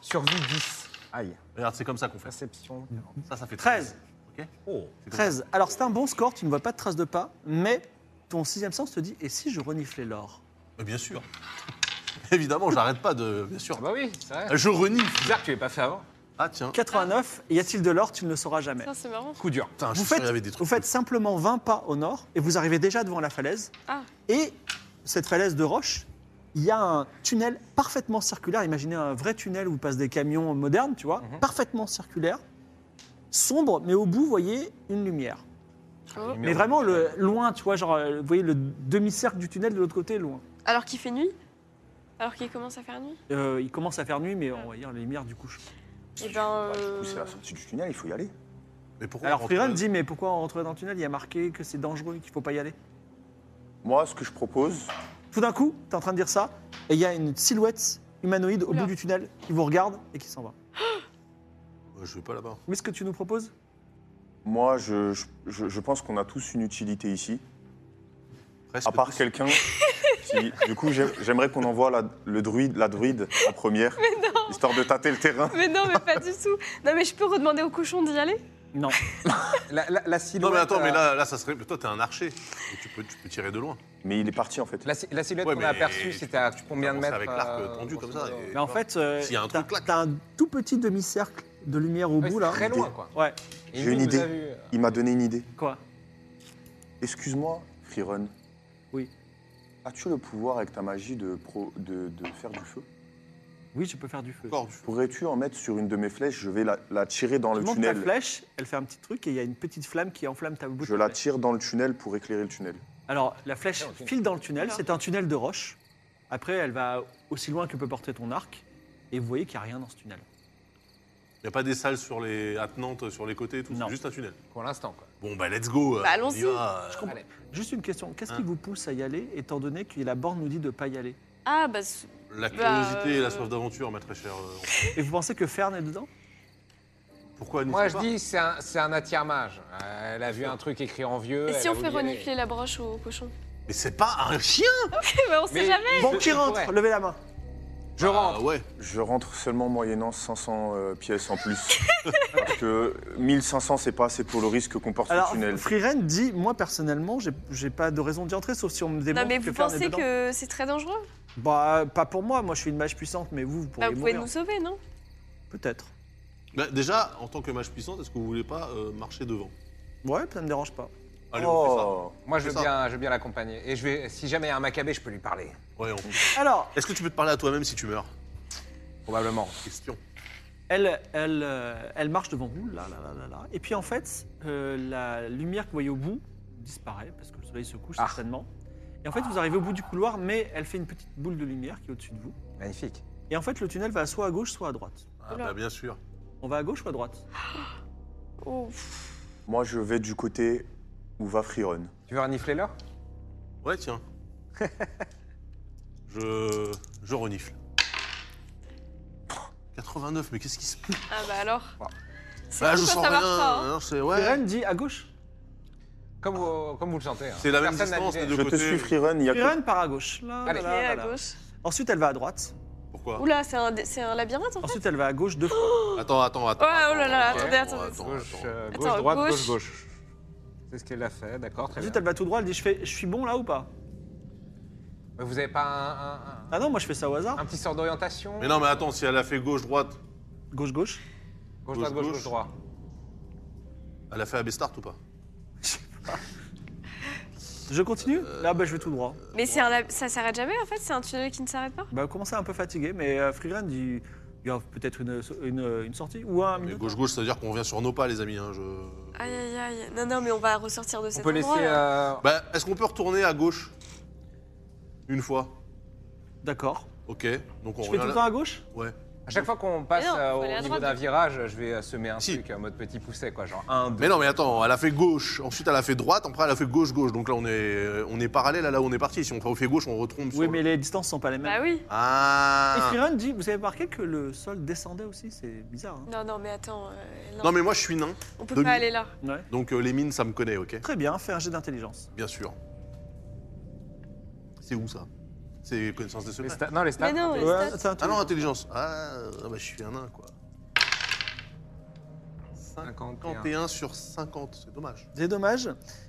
Speaker 2: Survie 10. Aïe.
Speaker 4: Regarde, c'est comme ça qu'on fait.
Speaker 2: Perception.
Speaker 4: Ça, ça fait
Speaker 1: 13.
Speaker 4: Ok oh, c'est comme
Speaker 1: 13. Alors, c'est un bon score, tu ne vois pas de traces de pas, mais ton sixième sens te dit et si je reniflais l'or
Speaker 4: Mais bien sûr. Évidemment, j'arrête pas de. Bien sûr.
Speaker 2: Ah bah oui, c'est vrai.
Speaker 4: Je renie.
Speaker 2: Bizarre que tu l'aies pas fait avant.
Speaker 4: Ah tiens.
Speaker 1: 89,
Speaker 4: Ah.
Speaker 1: y a-t-il de l'or Tu ne le sauras jamais.
Speaker 3: Ça, c'est marrant.
Speaker 2: Coup dur.
Speaker 4: Putain, je
Speaker 1: Vous
Speaker 4: suis sûr,
Speaker 1: faites,
Speaker 4: il y avait des
Speaker 1: vous
Speaker 4: trucs.
Speaker 1: faites simplement 20 pas au nord et vous arrivez déjà devant la falaise.
Speaker 3: Ah.
Speaker 1: Et cette falaise de roche, il y a un tunnel parfaitement circulaire. Imaginez un vrai tunnel où passent des camions modernes, tu vois,
Speaker 2: Mhm.
Speaker 1: parfaitement circulaire, sombre, mais au bout, vous voyez une lumière.
Speaker 3: Oh.
Speaker 1: Mais vraiment le, loin, tu vois, genre, euh, vous voyez le demi-cercle du tunnel de l'autre côté, loin.
Speaker 3: Alors qu'il fait nuit Alors qu'il commence à faire nuit
Speaker 1: Euh, il commence à faire nuit, mais on va dire les lumières du couche.
Speaker 3: Eh ben.
Speaker 5: Bah, du
Speaker 3: euh,
Speaker 5: coup, c'est la sortie du tunnel, il faut y aller.
Speaker 4: Mais pourquoi
Speaker 1: Alors
Speaker 4: on
Speaker 1: Freerun
Speaker 4: rentre-
Speaker 1: dit, mais pourquoi on rentre dans le tunnel Il y a marqué que c'est dangereux et qu'il faut pas y aller.
Speaker 5: Moi, ce que je propose,
Speaker 1: Tout d'un coup, tu es en train de dire ça, et il y a une silhouette humanoïde au
Speaker 3: Oula.
Speaker 1: bout du tunnel qui vous regarde et qui s'en va.
Speaker 4: Euh, Je vais pas là-bas.
Speaker 1: Mais ce que tu nous proposes
Speaker 5: Moi, je, je- je- je pense qu'on a tous une utilité ici,
Speaker 4: Presque.
Speaker 5: à part
Speaker 4: tous.
Speaker 5: quelqu'un qui... Du coup, j'ai- j'aimerais qu'on envoie la, le druide, la druide en première,
Speaker 3: Mais non,
Speaker 5: histoire de tâter le terrain.
Speaker 3: mais non, mais pas du tout. Non, mais je peux redemander au cochon d'y aller
Speaker 1: Non.
Speaker 2: La, la- la silhouette.
Speaker 4: Non, mais attends, mais
Speaker 2: euh,
Speaker 4: là, là, ça serait. mais Toi, t'es un archer. Et tu peux, tu peux tirer de loin.
Speaker 5: Mais il est parti, en fait.
Speaker 2: euh, La, si- la silhouette
Speaker 4: Ouais,
Speaker 2: qu'on
Speaker 4: mais
Speaker 2: a aperçue,
Speaker 4: tu
Speaker 2: c'était à combien de
Speaker 4: Commencer
Speaker 2: mètres
Speaker 4: Avec l'arc
Speaker 2: euh,
Speaker 4: tendu comme ça.
Speaker 2: grosso modo
Speaker 4: et-
Speaker 1: Mais en fait, euh,
Speaker 4: S'il y a un
Speaker 1: t'as
Speaker 4: truc, claque.
Speaker 1: t'as un tout petit demi-cercle de lumière au
Speaker 2: Ouais,
Speaker 1: bout
Speaker 2: c'est
Speaker 1: là.
Speaker 2: Très loin, quoi.
Speaker 1: Ouais.
Speaker 2: Et
Speaker 5: J'ai
Speaker 2: nous,
Speaker 5: une
Speaker 2: il nous
Speaker 5: idée.
Speaker 2: a vu, euh,
Speaker 5: Il m'a donné une idée.
Speaker 1: Quoi
Speaker 5: Excuse-moi, Freerun.
Speaker 1: Oui.
Speaker 5: As-tu le pouvoir avec ta magie de, pro- de- de faire du feu
Speaker 1: Oui, je peux faire du feu.
Speaker 4: Encore du-
Speaker 5: Pourrais-tu en mettre sur une de mes flèches Je vais la, la tirer dans
Speaker 1: Tu
Speaker 5: le
Speaker 1: montes ta
Speaker 5: tunnel.
Speaker 1: flèche, elle fait un petit truc et il y a une petite flamme qui enflamme ta bout de
Speaker 5: Je la
Speaker 1: flèche.
Speaker 5: tire dans le tunnel pour éclairer le tunnel.
Speaker 1: Alors, la flèche file dans le tunnel. C'est un tunnel de roche. Après, elle va aussi loin que peut porter ton arc. Et vous voyez qu'il n'y a rien dans ce tunnel.
Speaker 4: Y a pas des salles sur les attenantes sur les côtés et tout,
Speaker 1: Non.
Speaker 4: c'est juste un tunnel.
Speaker 2: Pour l'instant, quoi.
Speaker 4: Bon bah let's go. euh,
Speaker 3: Bah,
Speaker 4: on y
Speaker 3: allons-y.
Speaker 4: va, euh.
Speaker 1: Je comprends.
Speaker 2: Allez.
Speaker 1: Juste une question. Qu'est-ce
Speaker 4: Hein
Speaker 1: qui vous pousse à y aller, étant donné que la borne nous dit de pas y aller
Speaker 3: Ah, bah, c'est-
Speaker 4: La
Speaker 3: Bah,
Speaker 4: curiosité et
Speaker 3: euh,
Speaker 4: la soif d'aventure, ma très chère. euh, enfant.
Speaker 1: Et vous pensez que Fern est dedans
Speaker 4: Pourquoi nous
Speaker 2: Moi, je
Speaker 4: sommes
Speaker 2: dis, c'est un, c'est un attire-mage. Euh, Elle a vu un truc écrit en vieux.
Speaker 3: et si
Speaker 2: elle a
Speaker 3: on fait
Speaker 2: oublié.
Speaker 3: renifler la broche au cochon
Speaker 4: pas Mais c'est pas un chien
Speaker 3: Eh ben, on sait
Speaker 2: Mais-
Speaker 3: jamais
Speaker 1: Bon,
Speaker 2: je-
Speaker 1: qui
Speaker 2: je
Speaker 1: rentre
Speaker 2: pourrais.
Speaker 1: Levez la main.
Speaker 2: Je rentre.
Speaker 4: Ah ouais.
Speaker 5: Je rentre seulement moyennant 500 euh, pièces en plus. parce que 1500, c'est pas assez pour le risque que comporte
Speaker 1: Alors,
Speaker 5: le tunnel.
Speaker 1: Freeren dit Moi, personnellement, j'ai- j'ai pas de raison d'y entrer, sauf si on me démontre
Speaker 3: Non, mais
Speaker 1: que
Speaker 3: vous
Speaker 1: Fern est
Speaker 3: pensez
Speaker 1: dedans.
Speaker 3: que c'est très dangereux
Speaker 1: Bah, pas pour moi. Moi, je suis une mage puissante, mais vous, vous pourriez
Speaker 3: Bah, vous pouvez
Speaker 1: mourir.
Speaker 3: nous sauver, non
Speaker 1: Peut-être.
Speaker 4: Bah, déjà, en tant que mage puissante, est-ce que vous voulez pas euh, marcher devant
Speaker 1: Ouais, ça me dérange pas.
Speaker 4: Allez, on
Speaker 5: Oh,
Speaker 2: Moi, je
Speaker 4: C'est
Speaker 2: veux
Speaker 4: ça.
Speaker 2: bien, je veux bien l'accompagner. Et je vais, si jamais il y a un macabé, je peux lui parler.
Speaker 4: fait ça. Ouais, on-
Speaker 1: Alors,
Speaker 4: Est-ce que tu peux te parler à toi-même si tu meurs
Speaker 2: Probablement.
Speaker 4: Question.
Speaker 1: elle, elle, euh, elle marche devant vous, là, là, là, là, là. Et puis, en fait, euh, la lumière que vous voyez au bout disparaît, parce que le soleil se couche
Speaker 2: Ah.
Speaker 1: certainement. Et en fait, vous arrivez au bout du couloir, mais elle fait une petite boule de lumière qui est au-dessus de vous.
Speaker 2: Magnifique.
Speaker 1: Et en fait, le tunnel va soit à gauche, soit à droite.
Speaker 4: Ah,
Speaker 3: Oula.
Speaker 4: bah bien sûr.
Speaker 1: On va à gauche ou à droite
Speaker 3: Oh, pff,
Speaker 5: moi, je vais du côté où va Freerun.
Speaker 2: Tu veux renifler l'or
Speaker 4: Ouais, tiens. je... je renifle. 89, mais qu'est-ce qui se passe
Speaker 3: Ah, bah alors C'est
Speaker 4: Bah,
Speaker 3: pourquoi ça marche pas, hein.
Speaker 4: hein, c'est-
Speaker 1: Freeren
Speaker 4: ouais.
Speaker 1: dit à gauche.
Speaker 2: comme vous, comme vous le sentez. hein.
Speaker 4: Ah. C'est la même
Speaker 2: Personne n'a
Speaker 4: distance,
Speaker 2: l'idée.
Speaker 4: les De deux.
Speaker 5: je te
Speaker 4: côté-
Speaker 5: suis, Freerun. Il y a que-
Speaker 1: Freeren part à gauche. Là, là,
Speaker 2: Allez.
Speaker 1: là,
Speaker 3: Et à
Speaker 1: Ah là, là.
Speaker 3: gauche.
Speaker 1: Ensuite, elle va à droite.
Speaker 4: Pourquoi
Speaker 3: Oula, c'est un, dé- c'est un labyrinthe en fait
Speaker 1: Ensuite, elle va à gauche deux fois.
Speaker 4: Attends, attends, attends.
Speaker 3: Ouais, oh là là,
Speaker 4: attends,
Speaker 3: attendez,
Speaker 4: attends,
Speaker 3: attendez.
Speaker 4: attends,
Speaker 2: Gauche,
Speaker 4: attends.
Speaker 2: euh,
Speaker 3: Attends,
Speaker 2: gauche, droite,
Speaker 3: gauche.
Speaker 2: gauche, gauche. C'est ce qu'elle a fait, d'accord, très
Speaker 1: Ensuite,
Speaker 2: bien.
Speaker 1: elle va tout droit. Elle dit Je, fais, je suis bon là ou pas
Speaker 2: Mais Vous avez pas un, un- un-
Speaker 1: Ah non, moi, je fais ça au hasard.
Speaker 2: un petit sort d'orientation
Speaker 4: Mais non, mais attends, si elle a fait gauche-droite,
Speaker 1: Gauche, gauche.
Speaker 2: Gauche, droite,
Speaker 4: Gauche,
Speaker 2: gauche,
Speaker 4: gauche.
Speaker 2: gauche, droite.
Speaker 4: elle a fait AB start ou pas
Speaker 1: Je continue Là, bah, je vais tout droit.
Speaker 3: Mais c'est un lab- ça s'arrête jamais en fait C'est un tunnel qui ne s'arrête pas
Speaker 1: Bah, commencez un peu fatigué, mais euh, Freerun dit il y a peut-être une, une- une sortie ou un.
Speaker 4: Mais gauche-gauche, ça veut dire qu'on revient sur nos pas, les amis. hein, je-
Speaker 3: Aïe aïe aïe. Non, non, mais on va ressortir de
Speaker 2: On
Speaker 3: cet
Speaker 2: peut laisser.
Speaker 3: endroit. là.
Speaker 2: euh,
Speaker 4: Bah, est-ce qu'on peut retourner à gauche Une fois.
Speaker 1: D'accord.
Speaker 4: Ok, donc on
Speaker 1: Je fais tout
Speaker 4: revient
Speaker 1: le temps
Speaker 4: là.
Speaker 1: à gauche
Speaker 4: Ouais.
Speaker 2: À chaque fois qu'on passe
Speaker 3: Mais non,
Speaker 2: euh,
Speaker 3: faut aller à
Speaker 2: au niveau
Speaker 3: droite,
Speaker 2: d'un
Speaker 3: du
Speaker 2: virage, je vais euh, semer un
Speaker 4: Si.
Speaker 2: truc en mode petit pousset, quoi, genre 1, 2.
Speaker 4: Mais non, mais attends, elle a fait gauche, ensuite elle a fait droite, après elle a fait gauche-gauche. Donc là, on est, on est parallèle à là où on est parti. Si on fait gauche, on retombe sur.
Speaker 1: Oui,
Speaker 4: le-
Speaker 1: mais les distances sont pas les mêmes.
Speaker 3: Bah oui.
Speaker 1: Et
Speaker 4: Ah
Speaker 1: Freerun dit Vous avez remarqué que le sol descendait aussi C'est bizarre. hein.
Speaker 3: Non, non, mais attends. euh, non.
Speaker 4: Non, mais moi, je suis nain,
Speaker 3: On peut
Speaker 4: demi.
Speaker 3: pas aller là.
Speaker 1: Ouais.
Speaker 4: donc euh, les mines, ça me connaît, ok
Speaker 1: Très bien, fais un jet d'intelligence.
Speaker 4: Bien sûr. C'est où ça C'est connaissance des
Speaker 2: Les
Speaker 4: secrets.
Speaker 2: sta- non, les stats.
Speaker 3: Mais non,
Speaker 2: un peu.
Speaker 3: Oh, les stats.
Speaker 1: c'est un
Speaker 4: Ah non,
Speaker 1: truc.
Speaker 4: intelligence. Ah, ah bah, je suis un nain, quoi. 51 sur 50, c'est dommage.
Speaker 1: C'est dommage.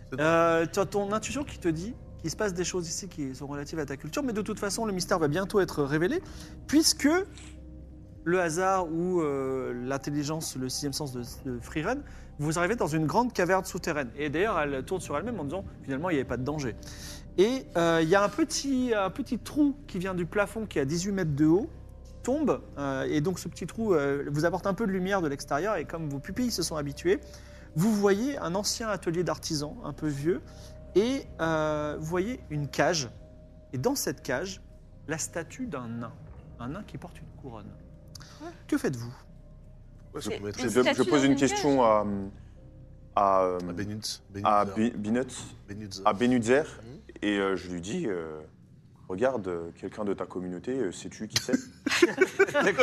Speaker 4: C'est
Speaker 1: Euh, tu as ton intuition qui te dit qu'il se passe des choses ici qui sont relatives à ta culture, mais de toute façon, le mystère va bientôt être révélé, puisque le hasard ou euh, l'intelligence, le sixième sens de, de Freerun, vous arrivez dans une grande caverne souterraine. Et d'ailleurs, elle tourne sur elle-même en disant finalement, il n'y avait pas de danger. Et euh, il y a un petit, un petit trou qui vient du plafond qui est à 18 mètres de haut qui tombe euh, et donc ce petit trou euh, vous apporte un peu de lumière de l'extérieur et comme vos pupilles se sont habituées vous voyez un ancien atelier d'artisan, un peu vieux, et euh, vous voyez une cage. Et dans cette cage, la statue d'un nain. Un nain qui porte une couronne. Que faites-vous
Speaker 4: Ouais,
Speaker 3: C'est-
Speaker 4: qu'on mettrait
Speaker 5: Je,
Speaker 3: Une
Speaker 5: je
Speaker 3: statue
Speaker 5: pose
Speaker 3: dans
Speaker 5: une
Speaker 3: une
Speaker 5: question à. à. euh,
Speaker 4: à Ah, Benutz. Benutzer.
Speaker 5: à Bi- Binutz,
Speaker 4: Benutzer.
Speaker 5: à Benutzer, et euh, je lui dis euh, Regarde, euh, quelqu'un de ta communauté, euh, sais-tu qui c'est
Speaker 3: Mais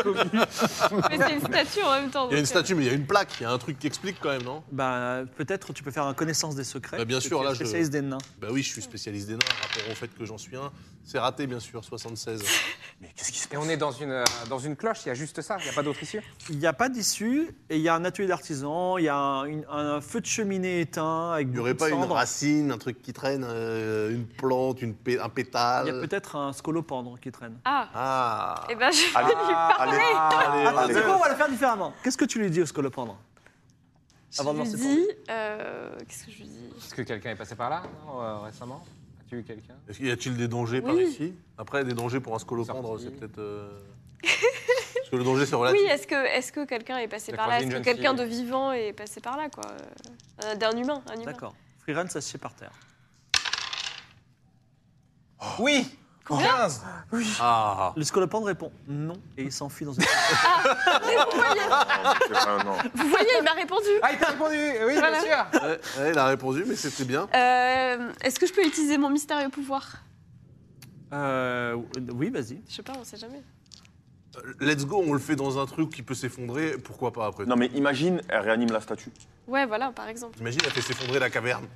Speaker 3: c'est une statue en même temps.
Speaker 4: Il y a
Speaker 3: donc,
Speaker 4: une
Speaker 3: euh,
Speaker 4: statue, mais il y a une plaque, il y a un truc qui explique quand même, non
Speaker 1: Bah, peut-être tu peux faire un connaissance des secrets.
Speaker 4: Bah, bien
Speaker 1: parce que
Speaker 4: sûr,
Speaker 1: tu es
Speaker 4: là, je-
Speaker 1: spécialiste des nains.
Speaker 4: Bah oui, je suis spécialiste des nains, rapport au fait que j'en suis un. C'est raté, bien sûr, 76.
Speaker 5: Mais qu'est-ce qui se
Speaker 2: Et on est dans une, euh, dans une cloche, il y a juste ça, il n'y a pas d'autre issue.
Speaker 1: Il n'y a pas d'issue et il y a un atelier d'artisan, il y a un, une- un feu de cheminée éteint avec
Speaker 4: Il n'y
Speaker 1: beaucoup
Speaker 4: aurait
Speaker 1: de
Speaker 4: pas une
Speaker 1: cendres.
Speaker 4: racine, un truc qui traîne, euh, une plante, une pé-
Speaker 1: Il
Speaker 4: un
Speaker 1: y a
Speaker 4: pétale
Speaker 1: peut-être Eh un scolopendre qui traîne.
Speaker 3: Ah,
Speaker 4: Ah
Speaker 3: et ben je vais
Speaker 5: Allez,
Speaker 3: lui parler.
Speaker 2: Ah,
Speaker 1: Attends,
Speaker 5: allez.
Speaker 1: c'est bon, on va le faire différemment. Qu'est-ce que tu lui dis au scolopendre Avant de
Speaker 3: je lui
Speaker 1: lancer ton
Speaker 3: dis. euh, Qu'est-ce que je lui dis
Speaker 2: Est-ce que quelqu'un est passé par là non, euh, récemment As-tu vu quelqu'un
Speaker 4: Est-ce qu'il Y a-t-il des dangers par
Speaker 3: Oui.
Speaker 4: ici Après, des dangers pour un scolopendre,
Speaker 2: Sorti.
Speaker 4: c'est peut-être. euh, Parce que le danger, c'est relatif.
Speaker 3: Oui, est-ce que, est que quelqu'un est passé
Speaker 2: Il a
Speaker 3: par là
Speaker 2: croisé
Speaker 3: Est-ce
Speaker 2: une
Speaker 3: que
Speaker 2: jeune
Speaker 3: quelqu'un de
Speaker 2: fille.
Speaker 3: vivant est passé par là, quoi Euh, D'un humain, un humain.
Speaker 1: D'accord. Freerun s'assied par terre.
Speaker 2: Oui 15
Speaker 1: euh,
Speaker 4: Ah
Speaker 1: Le scolopendre répond non et il s'enfuit dans une.
Speaker 5: passe C'est vraiment-
Speaker 3: Vous voyez, il m'a répondu.
Speaker 2: Ah, il t'a répondu Oui,
Speaker 3: Voilà.
Speaker 2: bien sûr
Speaker 4: ouais, ouais, Il a répondu, mais c'était bien.
Speaker 3: Euh, Est-ce que je peux utiliser mon mystérieux pouvoir
Speaker 1: Euh, oui, vas-y.
Speaker 3: Je sais pas, on sait jamais.
Speaker 4: Euh, Let's go, on le fait dans un truc qui peut s'effondrer, pourquoi pas après
Speaker 5: Non, mais imagine, elle réanime la statue.
Speaker 3: Ouais, voilà, par exemple.
Speaker 4: T'imagines, elle fait s'effondrer la caverne.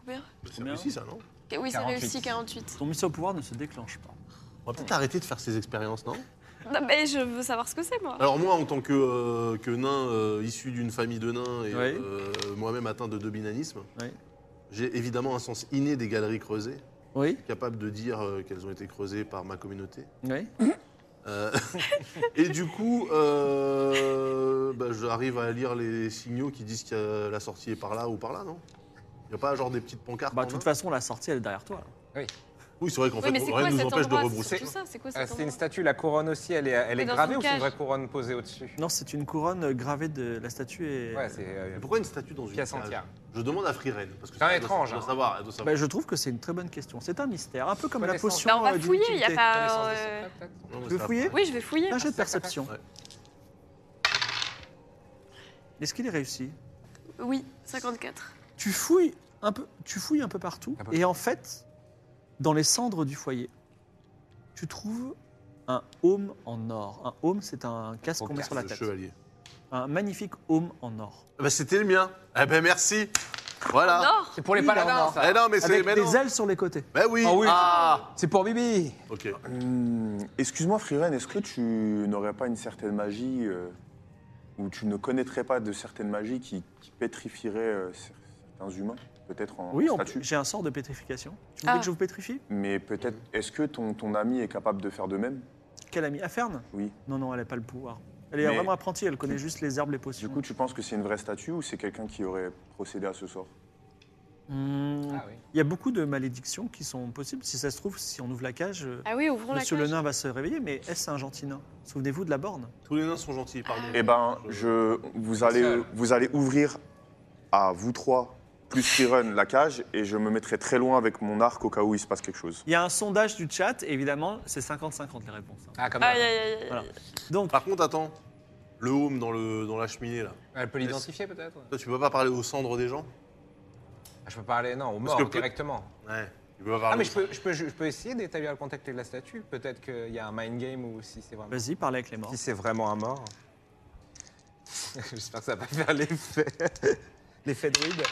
Speaker 3: Combien
Speaker 4: C'est
Speaker 1: Combien
Speaker 4: réussi, ça, non
Speaker 3: Et Oui, c'est
Speaker 2: 48.
Speaker 3: réussi, 48.
Speaker 1: Ton mission au pouvoir ne se déclenche pas.
Speaker 4: On va peut-être arrêter de faire ces expériences, non
Speaker 3: Non, mais je veux savoir ce que c'est, moi.
Speaker 4: Alors moi, en tant que, euh, que nain euh, issu d'une famille de nains et
Speaker 1: Oui.
Speaker 4: euh, moi-même atteint de dobinanisme,
Speaker 1: Oui.
Speaker 4: j'ai évidemment un sens inné des galeries creusées,
Speaker 1: Oui,
Speaker 4: capable de dire euh, qu'elles ont été creusées par ma communauté.
Speaker 1: oui.
Speaker 4: Euh, et du coup, euh, bah, j'arrive à lire les signaux qui disent que euh, la sortie est par là ou par là, non Il n'y a pas genre des petites pancartes
Speaker 1: Bah,
Speaker 4: en
Speaker 1: de toute
Speaker 4: main
Speaker 1: façon, la sortie, elle est derrière toi. là.
Speaker 4: Oui, c'est vrai qu'en
Speaker 3: Oui, mais
Speaker 4: fait,
Speaker 3: c'est
Speaker 4: rien
Speaker 3: quoi
Speaker 4: ne nous
Speaker 3: cet
Speaker 4: empêche de
Speaker 3: endroit C'est
Speaker 4: rebrousser.
Speaker 3: tout ça, c'est quoi
Speaker 2: Euh,
Speaker 3: cet
Speaker 2: C'est une
Speaker 3: endroit
Speaker 2: statue, la couronne aussi, elle est, elle
Speaker 3: Mais
Speaker 2: est
Speaker 3: dans
Speaker 2: gravée
Speaker 3: une
Speaker 2: ou c'est une
Speaker 3: cage.
Speaker 2: vraie couronne posée au-dessus
Speaker 1: Non, c'est une couronne gravée de la statue et.
Speaker 2: Ouais, c'est euh,
Speaker 4: Mais pourquoi une statue dans une
Speaker 2: pièce
Speaker 4: cage
Speaker 2: entière.
Speaker 4: Je demande à Freeren. parce que
Speaker 2: C'est un
Speaker 4: elle doit-
Speaker 2: étrange,
Speaker 4: Elle doit
Speaker 2: hein.
Speaker 4: savoir, elle doit savoir.
Speaker 1: Bah, je trouve que c'est une très bonne question. C'est un mystère, un peu comme la
Speaker 2: Connaissance.
Speaker 1: potion.
Speaker 3: Bah, on va
Speaker 1: euh,
Speaker 3: fouiller, il y a
Speaker 1: d'utilité.
Speaker 3: pas.
Speaker 2: Connaissance
Speaker 3: euh,
Speaker 2: des secrets, peut-être
Speaker 4: Non, mais
Speaker 1: Tu veux
Speaker 4: ça-
Speaker 1: fouiller
Speaker 3: Oui, je vais fouiller.
Speaker 1: Un jet de perception.
Speaker 4: Ouais.
Speaker 1: Est-ce qu'il est réussi
Speaker 3: Oui, 54.
Speaker 1: tu fouilles un peu, tu fouilles un peu partout,
Speaker 2: Ah bon
Speaker 1: et en fait, dans les cendres du foyer, tu trouves un aume en or. Un aume, c'est un casque
Speaker 2: Au
Speaker 1: qu'on met sur la
Speaker 4: Le
Speaker 1: tête.
Speaker 4: chevalier.
Speaker 1: Un magnifique aume en or.
Speaker 4: Ah Bah, c'était le mien. Eh ben merci. Voilà.
Speaker 3: Oh Non
Speaker 2: C'est pour les
Speaker 1: Oui, Bernard.
Speaker 2: paladins, ça
Speaker 4: Eh non, mais c'est.
Speaker 1: Avec
Speaker 4: Mais
Speaker 1: des
Speaker 4: non.
Speaker 1: ailes sur les côtés.
Speaker 4: Bah oui.
Speaker 2: Ah oui.
Speaker 4: Ah.
Speaker 2: C'est pour Bibi
Speaker 4: Ok.
Speaker 5: Hmm, Excuse-moi, Freerun, est-ce que tu n'aurais pas une certaine magie euh, ou tu ne connaîtrais pas de certaines magies qui, qui pétrifieraient euh, cer- certains humains, peut-être en
Speaker 1: Oui, on-
Speaker 5: statue
Speaker 1: j'ai un sort de pétrification. Tu voulais
Speaker 3: Ah.
Speaker 1: que je vous pétrifie
Speaker 5: Mais peut-être, est-ce que ton, ton ami est capable de faire de même
Speaker 1: Quelle amie Aferne
Speaker 5: Oui.
Speaker 1: Non, non, elle n'a pas le pouvoir. Elle est
Speaker 5: Mais-
Speaker 1: vraiment apprentie, elle connaît juste les herbes, les
Speaker 5: Du
Speaker 1: potions.
Speaker 5: coup, tu penses que c'est une vraie statue ou c'est quelqu'un qui aurait procédé à ce sort
Speaker 1: Hmm,
Speaker 2: Ah oui.
Speaker 1: Il y a beaucoup de malédictions qui sont possibles. Si ça se trouve, si on ouvre la cage, euh,
Speaker 3: Ah oui, ouvrons
Speaker 1: Monsieur
Speaker 3: la
Speaker 1: le
Speaker 3: cage.
Speaker 1: nain va se réveiller, mais est-ce un gentil nain Souvenez-vous de la borne.
Speaker 4: Tous les nains sont gentils. Pardon.
Speaker 5: Eh ben, je, vous, allez,
Speaker 2: seul.
Speaker 5: vous allez ouvrir à vous trois, plus Freerun, la cage, et je me mettrai très loin avec mon arc au cas où il se passe quelque chose.
Speaker 1: Il y a un sondage du chat, et évidemment, c'est 50-50 les réponses. hein.
Speaker 2: Ah, comme
Speaker 3: Aïe,
Speaker 2: même.
Speaker 3: aïe, aïe, aïe.
Speaker 1: Voilà. Donc,
Speaker 2: Ah.
Speaker 4: Par contre, attends. Le home dans le dans la cheminée là.
Speaker 2: Elle peut l'identifier peut-être Ah,
Speaker 4: Toi, tu peux pas parler aux cendres des gens.
Speaker 2: Je peux parler, non, au
Speaker 4: Parce
Speaker 2: mort
Speaker 4: que peut-
Speaker 2: directement.
Speaker 4: Ouais. Tu peux pas parler.
Speaker 2: Ah, mais
Speaker 4: aux-
Speaker 2: je peux, je, peux, je peux essayer d'établir le contact avec la statue. Peut-être qu'il y a un mind game ou si c'est vraiment,
Speaker 1: vas-y, parlez avec les morts.
Speaker 2: si c'est vraiment un mort. J'espère que ça va pas faire l'effet. l'effet druide.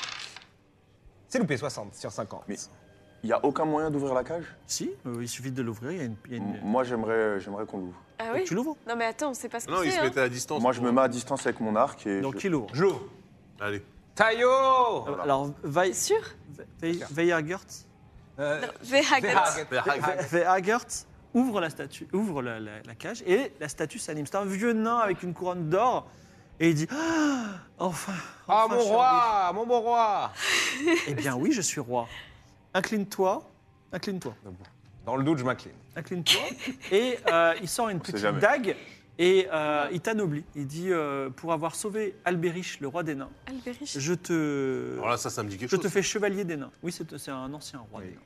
Speaker 2: C'est loupé 60 sur 50.
Speaker 5: Mais- Il n'y a aucun moyen d'ouvrir la cage
Speaker 1: Si, euh, il suffit de l'ouvrir, il y a une... il y a
Speaker 5: M-
Speaker 2: Mm,
Speaker 1: une- euh,
Speaker 5: Moi, j'aimerais j'aimerais qu'on l'ouvre.
Speaker 3: Ah oui
Speaker 1: Tu l'ouvres
Speaker 3: Non, mais attends, on sait pas ce
Speaker 4: Non,
Speaker 3: que
Speaker 4: il
Speaker 3: c'est.
Speaker 4: se
Speaker 3: hein.
Speaker 4: mettait à distance.
Speaker 5: Moi, je
Speaker 4: pour-
Speaker 5: me mets à distance avec mon arc et
Speaker 1: Donc,
Speaker 5: je-
Speaker 1: il l'ouvre.
Speaker 4: Je l'ouvre. Allez.
Speaker 2: Tayo
Speaker 1: Alors, Alors, Wei-
Speaker 3: T'es sûr
Speaker 1: Wei- Wei- Weihagert
Speaker 2: Euh,
Speaker 3: Verhagen.
Speaker 1: Weihagert ouvre la statue, ouvre la, la- la cage, et la statue s'anime. C'est un vieux nain avec une couronne d'or, et il dit Ah, Enfin
Speaker 2: Ah,
Speaker 1: enfin,
Speaker 2: mon
Speaker 1: je suis
Speaker 2: roi Mon bon roi
Speaker 1: revenu. Eh bien, oui, je suis roi. Incline-toi, incline-toi.
Speaker 2: Dans le doute, je m'incline.
Speaker 1: incline-toi. et euh, il sort une
Speaker 5: sait
Speaker 1: petite
Speaker 5: jamais.
Speaker 1: dague et euh, il t'anoblit. Il dit euh, Pour avoir sauvé Albériche, le roi des nains,
Speaker 3: Alberich.
Speaker 1: je te,
Speaker 4: Alors là, ça, ça me dit quelque
Speaker 1: je
Speaker 4: chose.
Speaker 1: te fais chevalier des nains. Oui, c'est c'est un ancien roi
Speaker 2: Oui.
Speaker 1: des nains.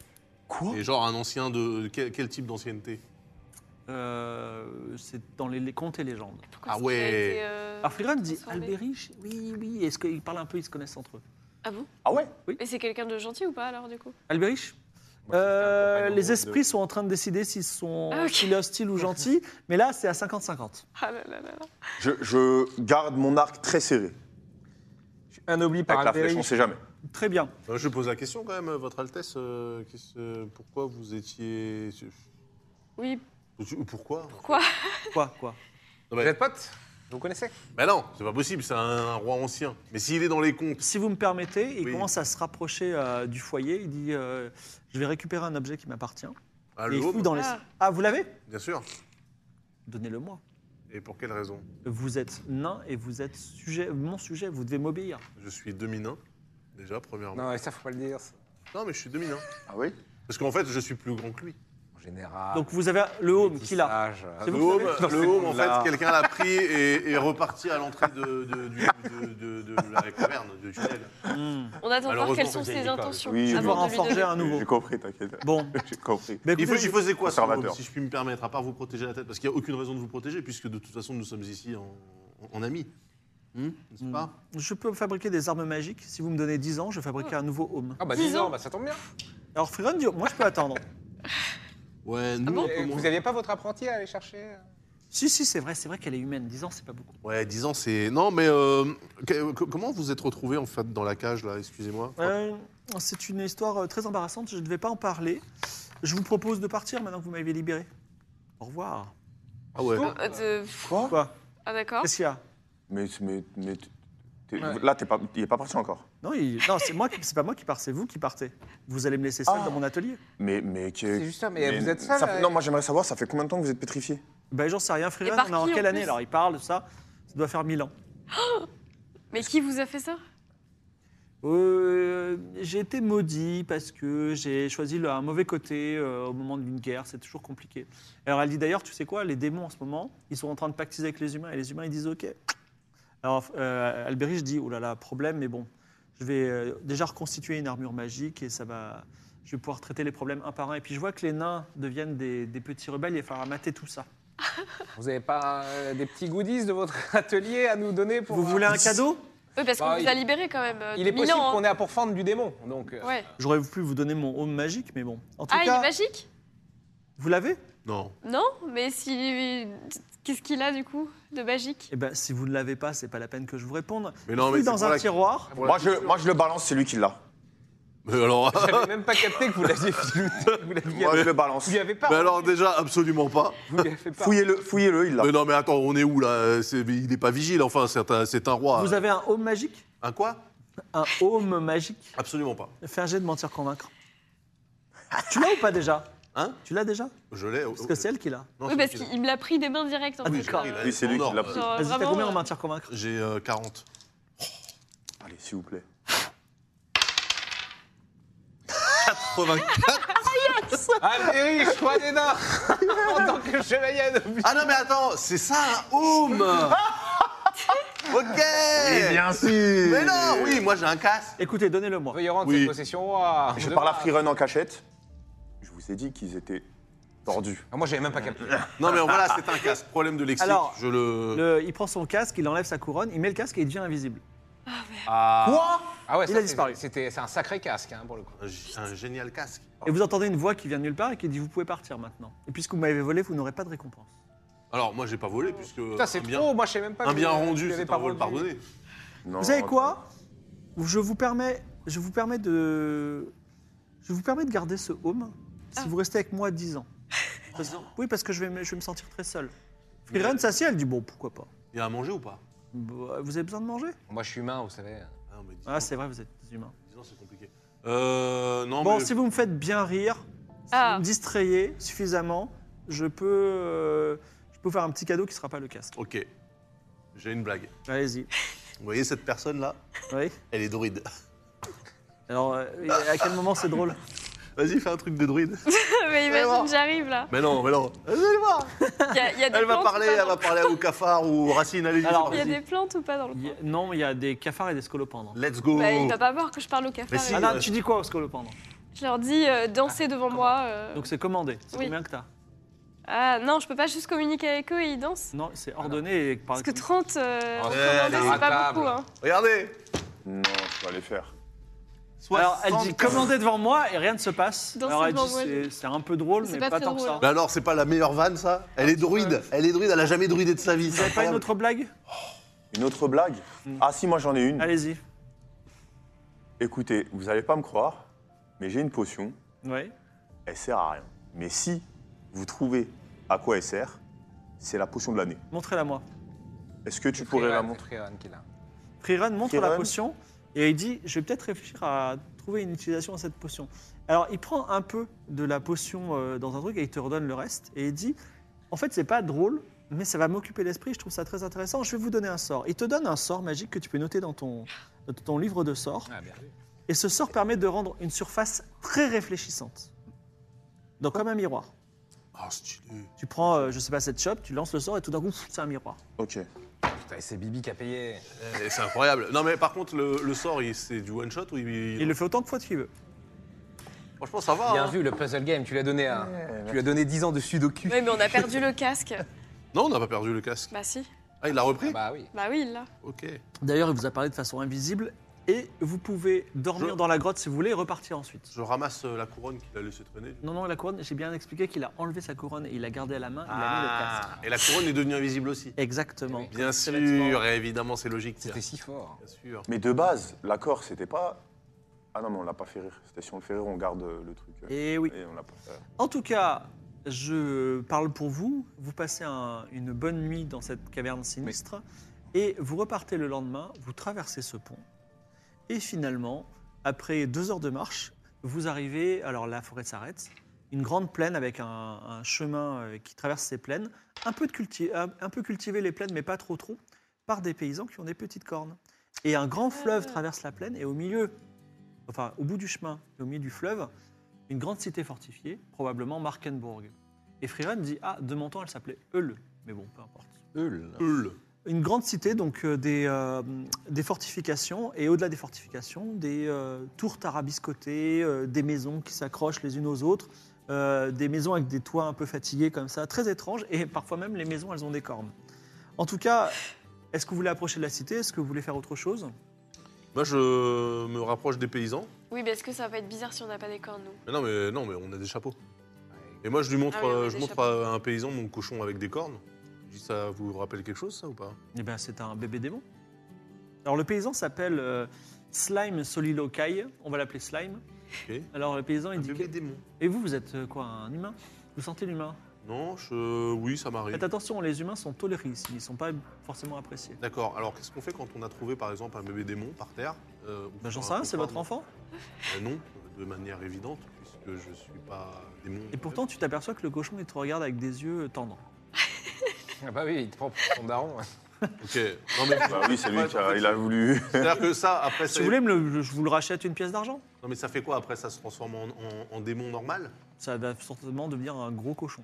Speaker 4: Et genre un ancien de quel, quel type d'ancienneté
Speaker 1: Euh, c'est dans les, les contes et légendes.
Speaker 3: Pourquoi
Speaker 4: Ah
Speaker 3: est-ce qu'il a
Speaker 4: ouais.
Speaker 3: été, euh,
Speaker 1: Alors Friedrich dit
Speaker 3: transformé
Speaker 1: Albériche, oui, oui. Est-ce qu'ils parlent un peu Ils se connaissent entre eux.
Speaker 3: Ah bon
Speaker 5: Ah ouais
Speaker 3: Et c'est quelqu'un de gentil ou pas alors du coup
Speaker 1: Albériche
Speaker 2: Moi, c'était un
Speaker 1: Euh,
Speaker 2: compagnon
Speaker 1: les
Speaker 2: de-
Speaker 1: esprits sont en train de décider s'ils sont
Speaker 3: Ah, ok.
Speaker 1: s'il est hostile ou gentil, mais là c'est à 50-50.
Speaker 3: Ah là là là là.
Speaker 5: Je, je garde mon arc très serré.
Speaker 2: Un oubli par
Speaker 5: Avec la
Speaker 2: Albéric.
Speaker 5: flèche, on sait jamais.
Speaker 1: Très bien.
Speaker 4: Euh, je pose la question quand même, Votre Altesse. euh, qu'est-ce, euh, pourquoi vous étiez.
Speaker 3: Oui,
Speaker 4: Pourquoi
Speaker 3: quoi
Speaker 1: Quoi quoi
Speaker 4: Non,
Speaker 2: Vous
Speaker 4: mais,
Speaker 2: êtes potes Vous connaissez
Speaker 4: mais Bah non, c'est pas possible, c'est un, un roi ancien. Mais s'il est dans les comptes.
Speaker 1: Si vous me permettez, il
Speaker 4: Oui.
Speaker 1: commence à se rapprocher euh, du foyer. Il dit euh, Je vais récupérer un objet qui m'appartient.
Speaker 4: à
Speaker 1: Et il
Speaker 4: l'aube,
Speaker 1: fouille dans les.
Speaker 3: Ah.
Speaker 1: Ah, vous l'avez
Speaker 4: bah, Bien sûr.
Speaker 1: Donnez-le moi.
Speaker 4: Et pour quelle raison
Speaker 1: Vous êtes nain et vous êtes sujet, mon sujet, vous devez m'obéir.
Speaker 4: Je suis demi-nain, déjà, premièrement. Non.
Speaker 2: Non, et ça, faut pas le dire. ça.
Speaker 4: mais je suis demi-nain.
Speaker 5: Ah oui
Speaker 4: Parce qu'en fait, je suis plus grand que lui.
Speaker 2: En général.
Speaker 1: Donc vous avez le home qui l'a. C'est hein.
Speaker 2: C'est
Speaker 4: Ah. Le
Speaker 1: vous
Speaker 4: home,
Speaker 1: savez
Speaker 4: le home, en
Speaker 2: Là.
Speaker 4: fait, quelqu'un l'a pris et est reparti à l'entrée de, de- du- de- de- de la caverne, du tunnel.
Speaker 3: On attend de voir
Speaker 4: Malheureusement,
Speaker 3: quelles sont
Speaker 4: vous
Speaker 3: ses intentions Ah
Speaker 5: Oui, je
Speaker 3: avant
Speaker 5: dois
Speaker 3: de lui
Speaker 1: en forger
Speaker 3: donner.
Speaker 1: un nouveau.
Speaker 5: J'ai compris, t'inquiète.
Speaker 1: Bon,
Speaker 5: J'ai compris.
Speaker 1: Bah,
Speaker 4: Il,
Speaker 1: écoutez,
Speaker 4: faut- il faisait quoi, ce
Speaker 5: Conservateur.
Speaker 4: homme, si je puis me permettre, à part vous protéger la tête Parce qu'il n'y a aucune raison de vous protéger, puisque de toute façon, nous sommes ici en, en amis. Hum, N'est-ce pas
Speaker 1: je peux fabriquer des armes magiques. Si vous me donnez 10 ans, je fabriquerai un nouveau home.
Speaker 2: Ah bah
Speaker 3: Dix
Speaker 2: 10 ans,
Speaker 3: ans.
Speaker 2: bah, ça tombe bien.
Speaker 1: Alors Freeron dit Moi je peux attendre.
Speaker 4: Ouais, nous,
Speaker 3: bon
Speaker 4: un peu
Speaker 2: Et
Speaker 4: moins.
Speaker 2: vous n'aviez pas votre apprenti à aller chercher
Speaker 1: si, si, c'est vrai, c'est vrai qu'elle est humaine. 10 ans, c'est pas beaucoup.
Speaker 4: Ouais, 10 ans, c'est. Non, mais euh, que- que- comment vous êtes retrouvés, en fait, dans la cage, là Excusez-moi.
Speaker 1: Euh, c'est une histoire euh, très embarrassante, je ne devais pas en parler. Je vous propose de partir maintenant que vous m'avez libéré. Au revoir.
Speaker 4: Ah ouais.
Speaker 3: Bon, euh, de-
Speaker 5: Quoi
Speaker 1: Quoi
Speaker 3: Ah d'accord.
Speaker 1: Qu'est-ce qu'il y a
Speaker 5: Mais, mais, mais t'es-
Speaker 2: Ouais.
Speaker 5: là, t'es pas, il n'est pas parti encore.
Speaker 1: Non, il- non, c'est moi qui- c'est pas moi qui pars, c'est vous qui partez. Vous allez me laisser seul
Speaker 5: Ah.
Speaker 1: dans mon atelier.
Speaker 5: Mais, mais que-
Speaker 2: C'est juste ça, mais vous êtes seul,
Speaker 5: ça fait-
Speaker 2: euh,
Speaker 5: Non, moi j'aimerais savoir, ça fait combien de temps que vous êtes pétrifié
Speaker 1: Ben, j'en sais rien, Freeman,
Speaker 3: par
Speaker 1: on est en
Speaker 3: qui, en
Speaker 1: quelle année
Speaker 3: plus
Speaker 1: Alors, il parle de ça, ça doit faire 1000 ans.
Speaker 3: Mais qui vous a fait ça
Speaker 1: Euh, j'ai été maudit parce que j'ai choisi le- un mauvais côté euh, au moment d'une guerre, c'est toujours compliqué. Alors, elle dit d'ailleurs, tu sais quoi, les démons en ce moment, ils sont en train de pactiser avec les humains et les humains, ils disent OK. Alors, euh, Alberich dit, oh là là, problème, mais bon, je vais euh, déjà reconstituer une armure magique et ça va. Je vais pouvoir traiter les problèmes un par un. Et puis je vois que les nains deviennent des, des petits rebelles, il va falloir mater tout ça.
Speaker 2: Vous n'avez pas euh, des petits goodies de votre atelier à nous donner pour.
Speaker 1: Vous
Speaker 2: euh,
Speaker 1: voulez un cadeau
Speaker 3: Oui, parce qu'on
Speaker 2: Bah,
Speaker 3: vous
Speaker 2: il-
Speaker 3: a libéré quand même. euh,
Speaker 2: Il
Speaker 3: de
Speaker 2: est possible
Speaker 3: Milan,
Speaker 2: qu'on
Speaker 3: hein.
Speaker 2: ait à pourfendre du démon. Donc, euh,
Speaker 3: Ouais.
Speaker 1: J'aurais pu vous donner mon home magique, mais bon. En tout
Speaker 3: Ah, il est
Speaker 1: cas,
Speaker 3: magique
Speaker 1: vous l'avez
Speaker 4: Non.
Speaker 3: Non, mais si. Qu'est-ce qu'il a du coup de magique
Speaker 1: Eh ben, si vous ne l'avez pas, c'est pas la peine que je vous réponde.
Speaker 4: Mais non,
Speaker 1: Fouille
Speaker 4: mais c'est
Speaker 1: dans
Speaker 4: pour
Speaker 1: un
Speaker 4: la-
Speaker 1: tiroir.
Speaker 4: Pour la
Speaker 5: moi je, moi je le balance, c'est lui qui l'a.
Speaker 4: Mais alors,
Speaker 2: j'avais même pas capté que vous l'aviez filouté. Vous l'aviez-
Speaker 5: Moi je le balance.
Speaker 2: vous lui avez pas.
Speaker 4: mais alors déjà, absolument pas.
Speaker 2: Vous lui avez fait pas.
Speaker 5: Fouillez-le, fouillez-le, il l'a.
Speaker 4: Mais non, mais attends, on est où là C'est- mais Il n'est pas vigile, enfin, c'est un, c'est un roi.
Speaker 1: Vous avez un home magique
Speaker 4: Un quoi
Speaker 1: Un home magique
Speaker 4: Absolument pas.
Speaker 1: Fais un jet de mentir convaincre. tu l'as ou pas déjà
Speaker 4: Hein
Speaker 1: Tu l'as déjà
Speaker 4: Je l'ai.
Speaker 1: Parce que c'est elle qui l'a.
Speaker 4: Non,
Speaker 3: Oui,
Speaker 4: c'est
Speaker 3: parce
Speaker 4: lui qui l'a.
Speaker 3: qu'il me l'a pris des mains directes en
Speaker 1: ben, Ah,
Speaker 3: fait.
Speaker 1: d'accord.
Speaker 3: euh,
Speaker 4: l'a-
Speaker 5: Oui, c'est lui
Speaker 4: en
Speaker 5: qui
Speaker 4: or,
Speaker 5: l'a
Speaker 4: euh,
Speaker 5: pris.
Speaker 3: genre,
Speaker 1: Vas-y, t'as
Speaker 3: vraiment,
Speaker 1: combien en
Speaker 3: euh,
Speaker 1: mentir convaincre
Speaker 4: J'ai euh, 40.
Speaker 5: Allez, s'il vous plaît.
Speaker 4: 84.
Speaker 2: Albéric, choix Ah, des nains En tant que chevalier à nos buts.
Speaker 4: Ah non, mais attends, c'est ça un home Ok bien sûr Mais non, oui, moi j'ai un casse.
Speaker 1: Écoutez, donnez-le moi.
Speaker 2: Veuillez rendre
Speaker 4: Oui.
Speaker 2: cette possession.
Speaker 1: Ah,
Speaker 2: Waouh,
Speaker 5: Je
Speaker 2: de
Speaker 5: parle à
Speaker 2: base.
Speaker 5: Freerun en cachette. Je vous ai dit qu'ils étaient tordus.
Speaker 2: Ah, moi, j'avais même pas capté.
Speaker 4: Non, mais voilà, c'est un casse. Problème de lexique.
Speaker 1: Alors,
Speaker 4: je le.
Speaker 1: Le- il prend son casque, il enlève sa couronne, il met le casque et il devient invisible.
Speaker 2: Ah.
Speaker 1: Quoi
Speaker 2: Ah ouais,
Speaker 1: Il
Speaker 2: ça,
Speaker 1: a
Speaker 2: c'est-
Speaker 1: disparu.
Speaker 2: C'était, c'est un sacré casque hein, pour le coup.
Speaker 4: Un, g- un génial casque.
Speaker 1: Et vous entendez une voix qui vient de nulle part et qui dit Vous pouvez partir maintenant. Et puisque vous m'avez volé, vous n'aurez pas de récompense.
Speaker 4: Alors, moi j'ai pas volé, puisque.
Speaker 2: Putain, c'est
Speaker 4: un bien,
Speaker 2: trop. Moi, je sais même pas.
Speaker 4: un
Speaker 2: que
Speaker 4: bien
Speaker 2: vous-
Speaker 4: rendu,
Speaker 2: vous avez
Speaker 4: c'est
Speaker 2: pas
Speaker 4: un vol
Speaker 2: rendu.
Speaker 4: pardonné.
Speaker 5: Non,
Speaker 1: Vous savez quoi Je vous permets, je vous permets de, je vous permets de garder ce home si vous restez avec moi 10 ans. Parce- oui, parce que je vais, me- je vais me sentir très seul. Freerun s'assied, elle dit bon, pourquoi pas.
Speaker 4: Il y a à manger ou pas
Speaker 1: Bah, Vous avez besoin de manger
Speaker 2: Moi, je suis humain, vous savez.
Speaker 4: Ah, mais dis
Speaker 1: Ah, c'est vrai, vous êtes des humains.
Speaker 4: Dis donc, c'est compliqué. Euh. Non,
Speaker 1: Bon,
Speaker 4: mais.
Speaker 1: si vous me faites bien rire, si
Speaker 3: Ah.
Speaker 1: vous me distrayez suffisamment, je peux, euh, je peux vous faire un petit cadeau qui sera pas le casque.
Speaker 4: Ok. J'ai une blague.
Speaker 1: Allez-y.
Speaker 4: Vous voyez cette personne-là
Speaker 1: Oui.
Speaker 4: Elle est druide.
Speaker 1: Alors, euh, à quel moment c'est drôle
Speaker 4: Vas-y, fais un truc de druide.
Speaker 3: mais
Speaker 4: voir.
Speaker 3: imagine, j'arrive là.
Speaker 4: mais non, mais non. Vous allez voir.
Speaker 3: Il y a, il y a des
Speaker 4: Elle va
Speaker 3: plantes ou
Speaker 4: parler,
Speaker 3: pas
Speaker 4: elle
Speaker 3: dans-
Speaker 4: va parler au cafard ou aux racines. Allez,
Speaker 1: Alors,
Speaker 3: Il y a
Speaker 1: Vas-y.
Speaker 3: des plantes ou pas dans le
Speaker 1: Il y a-
Speaker 3: coin
Speaker 1: Non, il y a des cafards et des scolopendres.
Speaker 4: Let's go.
Speaker 3: bah, Il va pas voir que je parle au café.
Speaker 4: si.
Speaker 1: Ah non, tu dis quoi aux scolopendres
Speaker 3: Je leur dis euh, dansez devant moi. euh.
Speaker 1: Donc c'est commandé. C'est
Speaker 3: Oui.
Speaker 1: combien que t'as
Speaker 3: Ah non, je peux pas juste communiquer avec eux et ils dansent.
Speaker 1: Non, c'est ordonné. et par-
Speaker 3: Parce que 30, euh,
Speaker 2: Ah,
Speaker 3: commander,
Speaker 4: elle est
Speaker 3: c'est pas
Speaker 2: ratable.
Speaker 3: beaucoup. Hein.
Speaker 4: Regardez.
Speaker 5: Non, tu vas les faire.
Speaker 4: Soit
Speaker 1: Alors, elle dit
Speaker 4: 64.
Speaker 1: commandez devant moi et rien ne se passe.
Speaker 3: Dansez
Speaker 1: Alors, elle
Speaker 3: devant
Speaker 1: dit
Speaker 3: moi,
Speaker 1: c'est- c'est un peu drôle,
Speaker 3: C'est
Speaker 1: mais
Speaker 3: pas
Speaker 1: pas,
Speaker 3: très
Speaker 1: tant que ça.
Speaker 3: drôle.
Speaker 4: Mais Bah alors, c'est pas la meilleure vanne, ça Elle est druide. Elle est druide, elle a jamais druidé de sa vie.
Speaker 1: Vous avez pas une autre blague
Speaker 5: Une autre blague
Speaker 1: Mm.
Speaker 5: Ah si, moi j'en ai une.
Speaker 1: Allez-y.
Speaker 5: Écoutez, vous allez pas me croire, mais j'ai une potion,
Speaker 1: Oui.
Speaker 5: elle sert à rien. Mais si vous trouvez à quoi elle sert, c'est la potion de l'année.
Speaker 1: Montrez-la moi.
Speaker 5: Est-ce que tu pourrais la
Speaker 2: Freerun,
Speaker 5: montrer
Speaker 2: c'est Freerun qui l'a.
Speaker 1: Freerun montre la
Speaker 5: Freerun.
Speaker 1: potion et il dit Je vais peut-être réfléchir à trouver une utilisation à cette potion. Alors, il prend un peu de la potion euh, dans un truc et il te redonne le reste. Et il dit En fait, c'est pas drôle, mais ça va m'occuper l'esprit. Je trouve ça très intéressant. Je vais vous donner un sort. Il te donne un sort magique que tu peux noter dans ton, dans ton livre de sorts.
Speaker 2: Ah, bien vu.
Speaker 1: Et ce sort permet de rendre une surface très réfléchissante. Donc, comme un miroir.
Speaker 4: Ah, stylé.
Speaker 1: Tu prends, euh, je sais pas, cette chope, tu lances le sort et tout d'un coup, pff, c'est un miroir.
Speaker 5: Ok.
Speaker 2: Putain, et c'est Bibi qui a payé.
Speaker 4: Eh, C'est incroyable. Non, mais par contre, le, le sort, il- c'est du one shot ou il.
Speaker 1: Il le fait autant de fois qu'il veut.
Speaker 4: Franchement, ça va.
Speaker 2: Bien
Speaker 4: hein.
Speaker 2: vu, le puzzle game, tu l'as donné à... Tu lui as donné 10 ans de sudoku.
Speaker 3: Oui, mais on a perdu le casque.
Speaker 4: Non, on n'a pas perdu le casque.
Speaker 3: Bah si.
Speaker 4: Ah, il l'a repris
Speaker 2: Ah bah oui.
Speaker 3: Bah oui, il l'a.
Speaker 4: Ok.
Speaker 1: D'ailleurs, il vous a parlé de façon invisible et vous pouvez dormir
Speaker 4: Je-
Speaker 1: dans la grotte si vous voulez et repartir ensuite.
Speaker 4: Je ramasse euh, la couronne qu'il a laissée traîner.
Speaker 1: Non, non, la couronne, j'ai bien expliqué qu'il a enlevé sa couronne et il l'a gardée à la main, il a mis le casque.
Speaker 2: Ah,
Speaker 4: Et la couronne est devenue invisible aussi.
Speaker 1: Exactement.
Speaker 2: Eh
Speaker 4: Bien
Speaker 1: Ah, C'est bêtement.
Speaker 4: sûr, évidemment, c'est logique. tiens.
Speaker 2: c'était si fort.
Speaker 4: Bien sûr.
Speaker 5: Mais de base, l'accord, c'était pas. Ah non, mais on l'a pas fait rire. C'était si on le fait rire, on garde euh, le truc. euh,
Speaker 1: Et oui.
Speaker 5: Et on l'a pas fait rire.
Speaker 1: En tout cas, je parle pour vous. Vous passez un- une bonne nuit dans cette caverne sinistre et vous repartez le lendemain, vous traversez ce pont. Et finalement, après deux heures de marche, vous arrivez, alors la forêt s'arrête, une grande plaine avec un, un chemin euh, qui traverse ces plaines, un peu, de culti- un, un peu cultiver les plaines, mais pas trop trop, par des paysans qui ont des petites cornes. Et un grand fleuve traverse la plaine et au milieu, enfin au bout du chemin, et au milieu du fleuve, une grande cité fortifiée, probablement Markenburg. Et Freerun dit Ah, de mon temps, elle s'appelait Eule. Mais bon, peu importe.
Speaker 4: Eul.
Speaker 1: Une grande cité, donc euh, des, euh, des fortifications, et au-delà des fortifications, des euh, tours tarabiscotées, euh, des maisons qui s'accrochent les unes aux autres, euh, des maisons avec des toits un peu fatigués comme ça, très étranges, et parfois même les maisons, elles ont des cornes. En tout cas, est-ce que vous voulez approcher de la cité Est-ce que vous voulez faire autre chose
Speaker 4: Moi, je me rapproche des paysans.
Speaker 3: Oui, mais est-ce que ça va être bizarre si on n'a pas des cornes, nous
Speaker 4: Mais non, mais non, mais on a des chapeaux. Et moi, je lui montre,
Speaker 3: Ah oui, on a
Speaker 4: euh,
Speaker 3: des
Speaker 4: je montre
Speaker 3: chapeaux.
Speaker 4: à un paysan mon cochon avec des cornes. Je dis, ça vous rappelle quelque chose, ça ou pas
Speaker 1: Eh bien, c'est un bébé démon. Alors, le paysan s'appelle euh, Slime Solilokai. On va l'appeler Slime.
Speaker 4: Ok.
Speaker 1: Alors, le paysan, il
Speaker 4: Un
Speaker 1: dit...
Speaker 4: bébé
Speaker 1: que-
Speaker 4: démon.
Speaker 1: Et vous, vous êtes euh, quoi, un humain Vous sentez l'humain
Speaker 4: Non, je... oui, ça m'arrive.
Speaker 1: Faites attention, les humains sont tolérés ici. Ils ne sont pas forcément appréciés.
Speaker 4: D'accord. Alors, qu'est-ce qu'on fait quand on a trouvé, par exemple, un bébé démon par terre euh, ou
Speaker 1: Ben, J'en
Speaker 4: sur
Speaker 1: sais
Speaker 4: un
Speaker 1: rien, c'est
Speaker 4: comptoir,
Speaker 1: votre
Speaker 4: non
Speaker 1: enfant.
Speaker 4: Ben Non, de manière évidente, puisque je suis pas démon.
Speaker 1: Et pourtant, tu t'aperçois que le cochon, il te regarde avec des yeux euh, tendres.
Speaker 2: Ah bah oui, il te prend pour son daron.
Speaker 4: Ok. Non mais
Speaker 5: Bah oui, c'est lui qui a, il a voulu.
Speaker 4: C'est-à-dire que ça, après,
Speaker 1: Si
Speaker 4: ça...
Speaker 1: vous voulez, me le- je vous le rachète une pièce d'argent.
Speaker 4: non mais ça fait quoi après Ça se transforme en, en- en démon normal
Speaker 1: Ça va certainement devenir un gros cochon.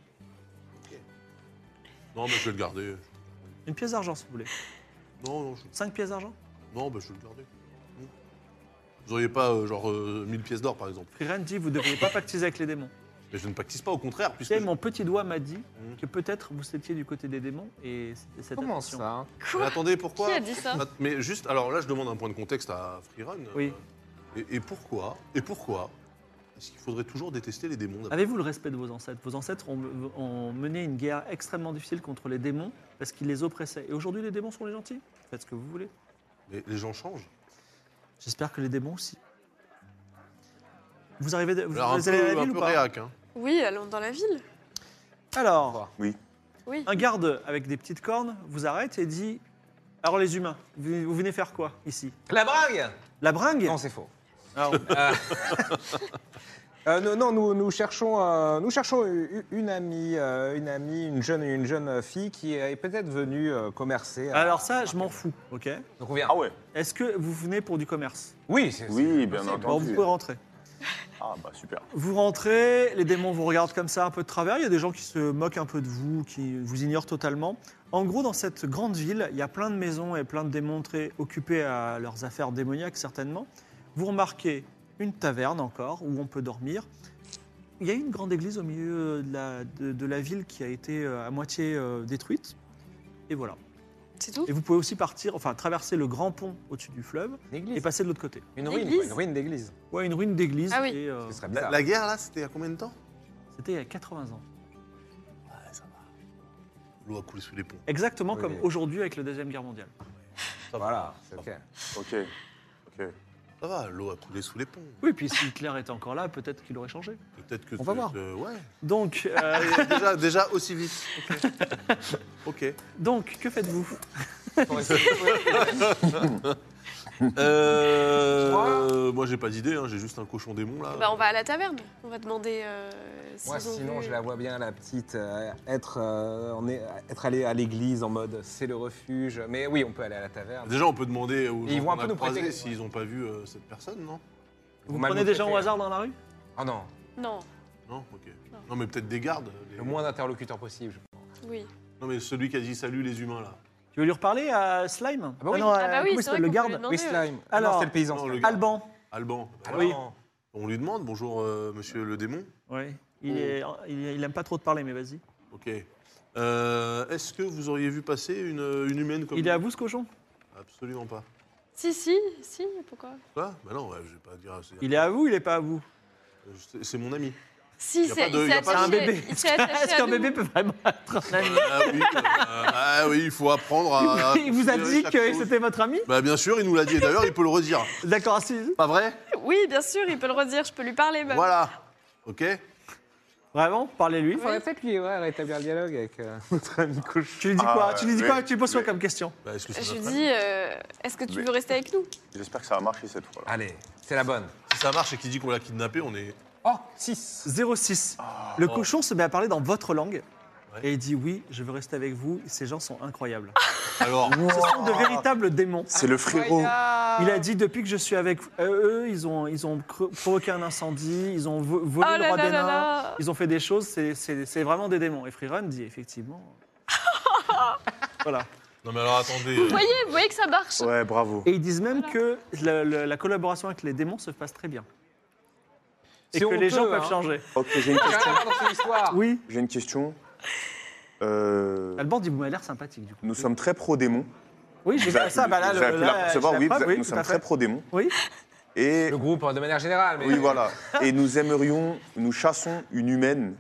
Speaker 4: Non, mais je vais le garder.
Speaker 1: Une pièce d'argent, si vous voulez.
Speaker 4: Non, non, je,
Speaker 1: Cinq pièces d'argent
Speaker 4: non, ben, je vais le garder. Mm. Vous auriez pas euh, genre euh, 1000 pièces d'or par exemple.
Speaker 1: Friren dit, vous ne devriez pas pactiser avec les démons.
Speaker 4: Mais je ne pactise pas, au contraire,
Speaker 1: Tu
Speaker 4: puisque.
Speaker 1: sais,
Speaker 4: je-
Speaker 1: mon petit doigt m'a dit
Speaker 4: Mm.
Speaker 1: que peut-être vous étiez du côté des démons et c'était cette
Speaker 2: Comment
Speaker 1: attention.
Speaker 2: ça hein.
Speaker 4: Mais attendez, pourquoi
Speaker 3: Qui a dit ça
Speaker 4: Att- Mais juste, alors là, je demande un point de contexte à Freerun. euh,
Speaker 1: Oui.
Speaker 4: Et, et pourquoi Et pourquoi Est-ce qu'il faudrait toujours détester les démons d'après
Speaker 1: Avez-vous le respect de vos ancêtres Vos ancêtres ont, ont mené une guerre extrêmement difficile contre les démons parce qu'ils les oppressaient. Et aujourd'hui, les démons sont les gentils. Faites ce que vous voulez. Ah.
Speaker 4: Mais les gens changent.
Speaker 1: J'espère que les démons aussi. Vous arrivez, de- vous,
Speaker 4: Alors, un
Speaker 1: vous allez
Speaker 4: peu,
Speaker 1: à la
Speaker 4: un
Speaker 1: ville ou
Speaker 4: peu
Speaker 1: pas
Speaker 4: réac, hein.
Speaker 3: Oui, allons dans la ville.
Speaker 1: Alors,
Speaker 3: Oui.
Speaker 1: un garde avec des petites cornes vous arrête et dit Alors les humains, vous, vous venez faire quoi ici
Speaker 2: La brague
Speaker 1: La bringue
Speaker 2: Non, c'est faux.
Speaker 1: Alors,
Speaker 2: Euh, euh, non, non, nous, nous cherchons, euh, nous cherchons u- u- une amie, euh, une amie, une jeune, une jeune fille qui est peut-être venue euh, commercer. à-
Speaker 1: Alors ça, je m'en fous, ok
Speaker 2: Donc on vient.
Speaker 5: Ah ouais
Speaker 1: Est-ce que vous venez pour du commerce
Speaker 2: Oui, c'est
Speaker 5: Oui, bien
Speaker 1: Bon, vous
Speaker 5: entendu.
Speaker 1: pouvez rentrer.
Speaker 5: Ah bah super.
Speaker 1: Vous rentrez, les démons vous regardent comme ça un peu de travers. Il y a des gens qui se moquent un peu de vous, qui vous ignorent totalement. En gros, dans cette grande ville, il y a plein de maisons et plein de démons très occupés à leurs affaires démoniaques, certainement. Vous remarquez une taverne encore où on peut dormir. Il y a une grande église au milieu de la, de- de la ville qui a été euh, à moitié euh, détruite. Et voilà.
Speaker 3: C'est tout
Speaker 1: Et vous pouvez aussi partir, enfin traverser le grand pont au-dessus du fleuve
Speaker 2: Une
Speaker 1: et
Speaker 2: église.
Speaker 1: passer de l'autre côté.
Speaker 2: Une ruine,
Speaker 3: Église
Speaker 2: quoi, une ruine d'église.
Speaker 1: Ouais, une ruine d'église.
Speaker 3: Ah oui.
Speaker 1: et, euh,
Speaker 2: Ce serait
Speaker 4: La,
Speaker 2: bizarre.
Speaker 4: la guerre, là, c'était à combien de temps
Speaker 1: C'était il y a 80 ans.
Speaker 4: L'eau a coulé sous les ponts.
Speaker 1: Exactement
Speaker 2: Oui.
Speaker 1: comme aujourd'hui avec la Deuxième Guerre mondiale.
Speaker 2: Voilà, c'est ok.
Speaker 5: Ok. Ok.
Speaker 4: Ça va, l'eau a coulé sous les ponts.
Speaker 1: Oui, puis si Hitler était encore là, peut-être qu'il aurait changé.
Speaker 4: Peut-être que.
Speaker 1: On va
Speaker 4: tu-
Speaker 1: voir.
Speaker 4: euh, ouais.
Speaker 1: Donc, euh,
Speaker 4: déjà, déjà aussi vite. Ok. Ok.
Speaker 1: donc que faites-vous
Speaker 4: Euh, moi, j'ai pas d'idée, hein, j'ai juste un cochon démon là.
Speaker 3: Bah, on va à la taverne. On va demander euh, s'ils
Speaker 2: Moi,
Speaker 3: ont
Speaker 2: sinon,
Speaker 3: vu-
Speaker 2: je la vois bien, la petite, euh, être, euh, on est, être allée à l'église en mode c'est le refuge. Mais oui, on peut aller à la taverne.
Speaker 4: Déjà, on peut demander aux
Speaker 2: Ils
Speaker 4: gens
Speaker 2: vont un
Speaker 4: qu'on
Speaker 2: peu
Speaker 4: a
Speaker 2: nous
Speaker 4: croisés
Speaker 2: prêter.
Speaker 4: s'ils n'ont pas vu euh, cette personne, non
Speaker 1: Vous
Speaker 2: Mal
Speaker 1: prenez
Speaker 2: nous
Speaker 1: des gens
Speaker 2: traiter,
Speaker 1: au
Speaker 2: là.
Speaker 1: hasard dans la rue
Speaker 2: Ah non,
Speaker 3: Non,
Speaker 4: Non, ok. Non, mais peut-être des gardes. les-
Speaker 2: le moins d'interlocuteurs possible. je pense.
Speaker 3: oui.
Speaker 4: Non, mais celui qui a dit salut les humains là.
Speaker 1: Tu veux lui reparler à Slime
Speaker 2: Ah bah oui.
Speaker 1: non,
Speaker 3: Ah bah
Speaker 1: à- Oh comment
Speaker 3: oui,
Speaker 1: il
Speaker 3: c'est vrai
Speaker 1: s'appelle, le
Speaker 3: qu'on peut lui
Speaker 1: garde
Speaker 3: demander. euh,
Speaker 2: Oui, Slime.
Speaker 1: Alors-
Speaker 2: Alors, c'est le paysan.
Speaker 4: Non,
Speaker 2: Slime.
Speaker 4: le gars.
Speaker 1: Alban.
Speaker 4: Alban. Voilà.
Speaker 1: oui.
Speaker 4: On lui demande bonjour, euh, monsieur le démon.
Speaker 1: Oui. Il, est,
Speaker 2: Oh.
Speaker 1: il, il aime pas trop te parler, mais vas-y.
Speaker 4: Ok. Euh, Est-ce que vous auriez vu passer une, une humaine comme
Speaker 1: Il est à vous ce cochon
Speaker 4: Absolument pas.
Speaker 3: Si, si, si, pourquoi
Speaker 4: Quoi Bah non, ouais, je vais pas dire. c'est-
Speaker 1: Il est à vous, il est pas à vous.
Speaker 4: c'est- C'est mon ami.
Speaker 3: Si,
Speaker 4: Y a
Speaker 3: c'est
Speaker 4: pas de-
Speaker 3: il
Speaker 4: y
Speaker 3: s'est
Speaker 4: a pas de-
Speaker 3: attaché.
Speaker 4: C'est
Speaker 1: un bébé.
Speaker 3: Il s'est attaché
Speaker 1: Est-ce
Speaker 3: à
Speaker 1: qu'un
Speaker 3: nous.
Speaker 1: bébé peut vraiment être un ami
Speaker 4: Ah oui, euh, ah oui, il faut apprendre à. à
Speaker 1: Il vous a
Speaker 4: considérer
Speaker 1: dit
Speaker 4: Ah, chaque
Speaker 1: que
Speaker 4: chose.
Speaker 1: c'était votre ami
Speaker 4: Bah bien sûr, il nous l'a dit. Et D'ailleurs, il peut le redire.
Speaker 1: D'accord, si.
Speaker 4: Pas vrai
Speaker 3: Oui, bien sûr, il peut le redire, je peux lui parler. même.
Speaker 4: Voilà. Ok.
Speaker 1: Vraiment Parlez-lui.
Speaker 2: Il faudrait peut-être lui ouais, rétablir le dialogue avec euh, notre ami cochon.
Speaker 1: Tu lui dis
Speaker 5: Ah,
Speaker 1: quoi Tu lui dis
Speaker 5: mais-
Speaker 1: quoi Tu lui poses quoi
Speaker 5: mais-
Speaker 1: comme question
Speaker 4: Bah, Est-ce que c'est
Speaker 3: Je lui
Speaker 4: notre
Speaker 3: dis, euh, est-ce que tu
Speaker 5: Mais-
Speaker 3: veux rester avec nous
Speaker 5: J'espère que ça va marcher cette fois. là
Speaker 2: Allez, c'est la bonne.
Speaker 4: Si ça marche et qu'il dit qu'on l'a kidnappé, on est.
Speaker 2: Oh, 6.
Speaker 1: 06.
Speaker 2: Ah,
Speaker 1: Le cochon se met à parler dans votre langue.
Speaker 4: Ouais.
Speaker 1: Et il dit oui, je veux rester avec vous, ces gens sont incroyables.
Speaker 2: Ah.
Speaker 4: Alors,
Speaker 1: Ce sont de véritables démons.
Speaker 5: C'est le frérot.
Speaker 2: Ah.
Speaker 1: Il a dit depuis que je suis avec euh, eux, ils ont, ils ont cre- provoqué un incendie, ils ont vo- volé
Speaker 3: Oh
Speaker 1: le
Speaker 3: là
Speaker 1: roi
Speaker 3: là
Speaker 1: des
Speaker 3: là
Speaker 1: nains,
Speaker 3: là
Speaker 1: ils ont fait des choses, c'est- c'est c'est vraiment des démons. Et Freerun dit effectivement. voilà.
Speaker 4: non mais alors attendez.
Speaker 3: Vous voyez, vous voyez que ça marche
Speaker 5: Ouais, bravo.
Speaker 1: Et ils disent même que la, la- la collaboration avec les démons se passe très bien. Et
Speaker 2: Si
Speaker 1: que
Speaker 2: on
Speaker 1: les gens
Speaker 2: peut,
Speaker 1: peuvent
Speaker 2: hein.
Speaker 1: changer.
Speaker 5: Ok, j'ai une
Speaker 1: Ah,
Speaker 2: Rien
Speaker 5: question.
Speaker 2: à voir dans cette histoire.
Speaker 1: Oui.
Speaker 5: J'ai une question. Euh,
Speaker 1: Alban dit vous m'avez l'air sympathique du coup.
Speaker 5: nous sommes très pro-démon.
Speaker 1: Oui, j'ai
Speaker 5: Vous avez
Speaker 1: vu ça.
Speaker 5: pu-
Speaker 1: Bah là,
Speaker 5: vous
Speaker 1: le-
Speaker 5: avez pu
Speaker 1: là,
Speaker 5: l'apercevoir,
Speaker 1: j'ai la
Speaker 5: oui, vous avez-
Speaker 1: preuve, oui,
Speaker 5: nous
Speaker 1: tout
Speaker 5: sommes
Speaker 1: à
Speaker 5: très
Speaker 1: fait.
Speaker 5: pro-démon.
Speaker 1: Oui.
Speaker 5: Et
Speaker 2: Le groupe euh, de manière générale. Mais
Speaker 5: oui, voilà. Et nous aimerions, nous chassons une humaine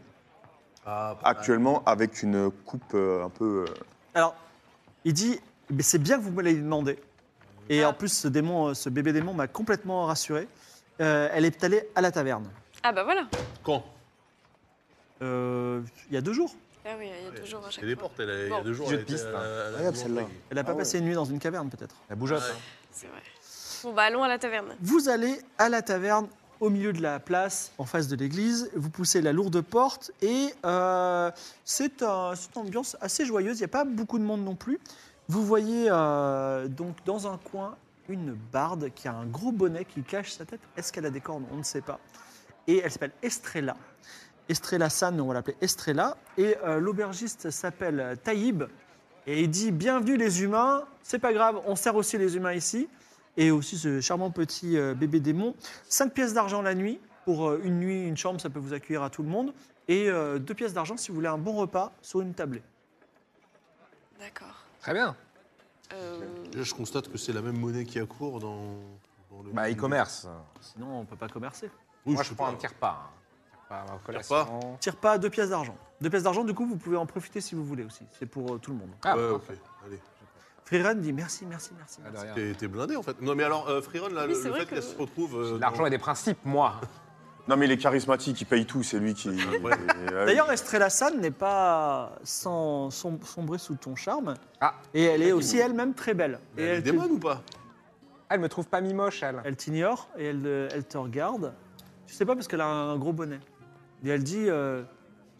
Speaker 4: Ah,
Speaker 5: actuellement avec une coupe euh, un peu. euh,
Speaker 1: Alors, il dit, mais c'est bien que vous me l'ayez demandé. Et en plus, ce démon, euh, ce bébé démon m'a complètement rassuré. Euh, elle est allée à la taverne.
Speaker 3: Ah bah voilà
Speaker 4: quand
Speaker 1: Euh, il y a deux jours.
Speaker 3: Ah oui, il y a toujours à chaque
Speaker 4: Elle les
Speaker 3: fois.
Speaker 4: porte, elle a, il y a
Speaker 3: Bon.
Speaker 4: deux jours.
Speaker 2: Jeu
Speaker 4: elle
Speaker 2: de
Speaker 4: était
Speaker 2: piste,
Speaker 4: à la-
Speaker 2: hein.
Speaker 4: à la
Speaker 5: Regarde
Speaker 4: maison
Speaker 5: celle-là.
Speaker 4: de
Speaker 1: Elle n'a pas
Speaker 5: Ah ouais.
Speaker 1: passé une nuit dans une caverne, peut-être.
Speaker 2: La bougeotte. hein.
Speaker 4: Ouais.
Speaker 3: C'est vrai. Bon bah allons à la taverne.
Speaker 1: Vous allez à la taverne, au milieu de la place, en face de l'église. Vous poussez la lourde porte et euh, c'est un- c'est une ambiance assez joyeuse. Il n'y a pas beaucoup de monde non plus. Vous voyez euh, donc dans un coin une barde qui a un gros bonnet qui cache sa tête. Est-ce qu'elle a des cornes On ne sait pas. Et elle s'appelle Estrella. Estrella San, on va l'appeler Estrella. Et euh, l'aubergiste s'appelle euh, Taïb. Et il dit Bienvenue les humains, c'est pas grave, on sert aussi les humains ici. Et aussi ce charmant petit euh, bébé démon. 5 pièces d'argent la nuit. Pour euh, une nuit, une chambre, ça peut vous accueillir à tout le monde. Et 2 pièces d'argent si vous voulez un bon repas sur une tablée.
Speaker 3: D'accord.
Speaker 2: Très bien.
Speaker 3: Euh,
Speaker 4: Là, je constate que c'est la même monnaie qui a cours dans, dans le.
Speaker 2: Bah, e-commerce.
Speaker 1: Sinon, on peut pas commercer.
Speaker 4: Oui,
Speaker 2: Moi, je
Speaker 4: sais
Speaker 2: prends
Speaker 4: pas.
Speaker 2: un tire-pas. Hein. Tire-pas,
Speaker 4: Tire-pas.
Speaker 2: collation.
Speaker 1: Tire pas 2 pièces d'argent. 2 pièces d'argent, du coup, vous pouvez en profiter si vous voulez aussi. C'est pour euh, tout le monde.
Speaker 2: Ah,
Speaker 4: ouais, ok.
Speaker 2: parfait.
Speaker 4: Allez.
Speaker 1: Freerun dit merci, merci, merci.
Speaker 2: Ah, de
Speaker 1: merci.
Speaker 2: rien.
Speaker 4: T'es, t'es blindé en fait. Non mais alors, euh, Freerun, là,
Speaker 3: Oui,
Speaker 4: le,
Speaker 3: c'est
Speaker 4: le
Speaker 3: vrai
Speaker 4: fait
Speaker 3: que-
Speaker 4: qu'elle se retrouve. euh,
Speaker 2: L'argent
Speaker 4: dans-
Speaker 2: et des principes, moi.
Speaker 5: Non, mais il est charismatique, il paye tout, c'est lui qui. Euh,
Speaker 1: D'ailleurs, Estrella San n'est pas sans som- sombrer sous ton charme.
Speaker 2: Ah.
Speaker 1: Et elle est aussi elle-même très belle.
Speaker 4: Mais
Speaker 1: et
Speaker 4: Bah, elle est
Speaker 1: elle, te-
Speaker 4: démon ou pas
Speaker 2: Elle me trouve pas mi-moche, elle.
Speaker 1: elle t'ignore et elle, euh, elle te regarde. Tu sais pas parce qu'elle a un gros bonnet. Et elle dit euh,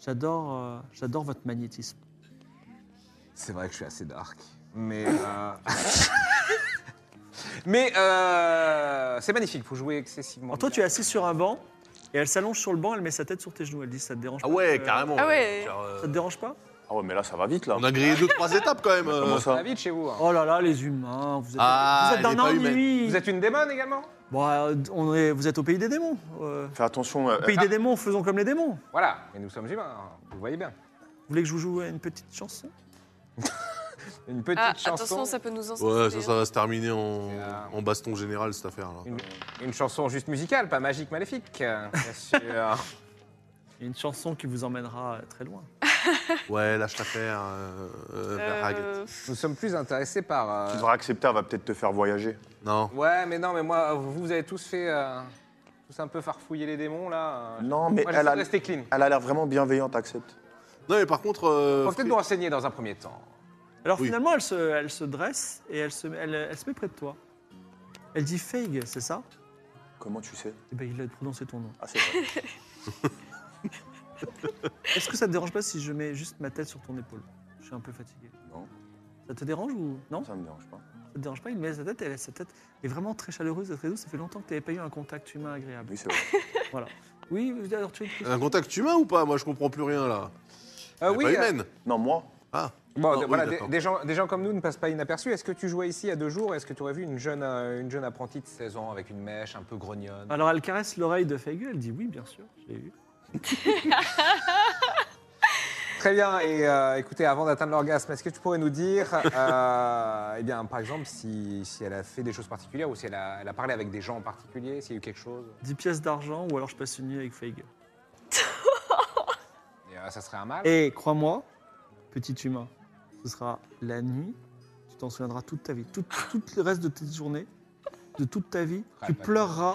Speaker 1: J'adore euh, j'adore votre magnétisme.
Speaker 2: C'est vrai que je suis assez dark. Mais. euh, mais euh, c'est magnifique, faut jouer excessivement.
Speaker 1: Alors Oh, toi, tu es
Speaker 2: bien.
Speaker 1: assis sur un banc et elle s'allonge sur le banc, elle met sa tête sur tes genoux. Elle dit Ça te dérange
Speaker 4: Ah
Speaker 1: pas
Speaker 4: ouais,
Speaker 1: euh,
Speaker 4: carrément.
Speaker 3: Ah ouais.
Speaker 4: Genre, euh,
Speaker 1: Ça te dérange pas
Speaker 5: Ah ouais, mais là, ça va vite, là.
Speaker 4: on a grillé deux, trois étapes quand même. euh.
Speaker 5: Comment
Speaker 2: Ça
Speaker 5: ça
Speaker 2: va vite chez vous. hein.
Speaker 1: Oh là là, les humains, vous êtes,
Speaker 4: Ah,
Speaker 1: vous êtes
Speaker 4: elle
Speaker 1: d'un
Speaker 4: est pas
Speaker 1: ennui.
Speaker 2: Vous êtes une démon également
Speaker 1: Bon, euh, on est, vous êtes au pays des démons. euh.
Speaker 5: Fais attention. euh,
Speaker 1: Au pays des démons, faisons comme les démons.
Speaker 2: Voilà. Mais nous sommes humains, hein. vous voyez bien.
Speaker 1: Vous voulez que je vous joue une petite chanson
Speaker 2: une petite
Speaker 3: Ah,
Speaker 2: chanson.
Speaker 3: attention, ça peut nous incendier.
Speaker 4: Ouais, ça, ça va se terminer en,
Speaker 2: C'est, euh,
Speaker 4: en baston général, cette affaire-là.
Speaker 2: Une, une chanson juste musicale, pas magique, maléfique. euh, Bien sûr.
Speaker 1: Il y a une chanson qui vous emmènera euh, très loin.
Speaker 4: Ouais, lâche l'affaire euh, euh, vers Haggett.
Speaker 3: Euh,
Speaker 2: Nous sommes plus intéressés par.
Speaker 5: Tu
Speaker 2: euh,
Speaker 5: devras accepter, elle va peut-être te faire voyager.
Speaker 4: Non.
Speaker 2: Ouais, mais non, mais moi, vous, vous avez tous fait. euh, tous un peu farfouiller les démons, là. euh,
Speaker 5: Non, mais
Speaker 2: Moi,
Speaker 5: elle
Speaker 2: j'essaie
Speaker 5: a,
Speaker 2: de rester clean.
Speaker 5: elle a l'air vraiment bienveillante, accepte.
Speaker 4: Non, mais par contre. euh,
Speaker 2: On va peut-être nous renseigner dans un premier temps.
Speaker 1: Alors
Speaker 4: Oui.
Speaker 1: finalement, elle se, elle se dresse et elle se, elle, elle se met près de toi. Elle dit Feig, c'est ça
Speaker 5: Comment tu sais
Speaker 1: Eh ben, il a prononcé ton nom.
Speaker 5: Ah, c'est vrai.
Speaker 1: Est-ce que ça te dérange pas si je mets juste ma tête sur ton épaule Je suis un peu fatigué.
Speaker 5: Non.
Speaker 1: Ça te dérange ou non Ça
Speaker 5: Ça me dérange pas.
Speaker 1: te dérange pas Il met sa tête, elle sa tête est vraiment très chaleureuse et très douce. Ça fait longtemps que tu n'avais pas eu un contact humain agréable.
Speaker 5: Oui, c'est vrai.
Speaker 1: Oui, alors tu es
Speaker 4: Un contact humain ou pas Moi, je comprends plus rien, là. Elle
Speaker 2: Euh,
Speaker 4: est
Speaker 2: oui,
Speaker 4: pas
Speaker 2: euh,
Speaker 4: humaine.
Speaker 5: Non, moi
Speaker 4: Ah.
Speaker 2: bon,
Speaker 4: Ah,
Speaker 2: de-
Speaker 4: oui,
Speaker 2: voilà, des-
Speaker 4: d'accord.
Speaker 2: des, gens, des gens comme nous ne passent pas inaperçus. Est-ce que tu jouais ici il y a deux jours Est-ce que tu aurais vu une jeune, euh, une jeune apprentie de 16 ans avec une mèche un peu grognonne
Speaker 1: Alors elle caresse l'oreille de Feig, elle dit oui, bien sûr, j'ai eu.
Speaker 2: Très bien. Et euh, écoutez, avant d'atteindre l'orgasme, est-ce que tu pourrais nous dire, euh, eh bien, par exemple, si, si elle a fait des choses particulières ou si elle a, elle a parlé avec des gens en particulier, s'il y a eu quelque chose
Speaker 1: 10 pièces d'argent ou alors je passe une nuit avec Feig.
Speaker 2: Et, euh, ça serait un mal.
Speaker 1: Et crois-moi, petit humain, ce sera la nuit, tu t'en souviendras toute ta vie, tout, tout le reste de tes journées, de toute ta vie,
Speaker 2: Ah,
Speaker 1: tu
Speaker 2: d'accord.
Speaker 1: pleureras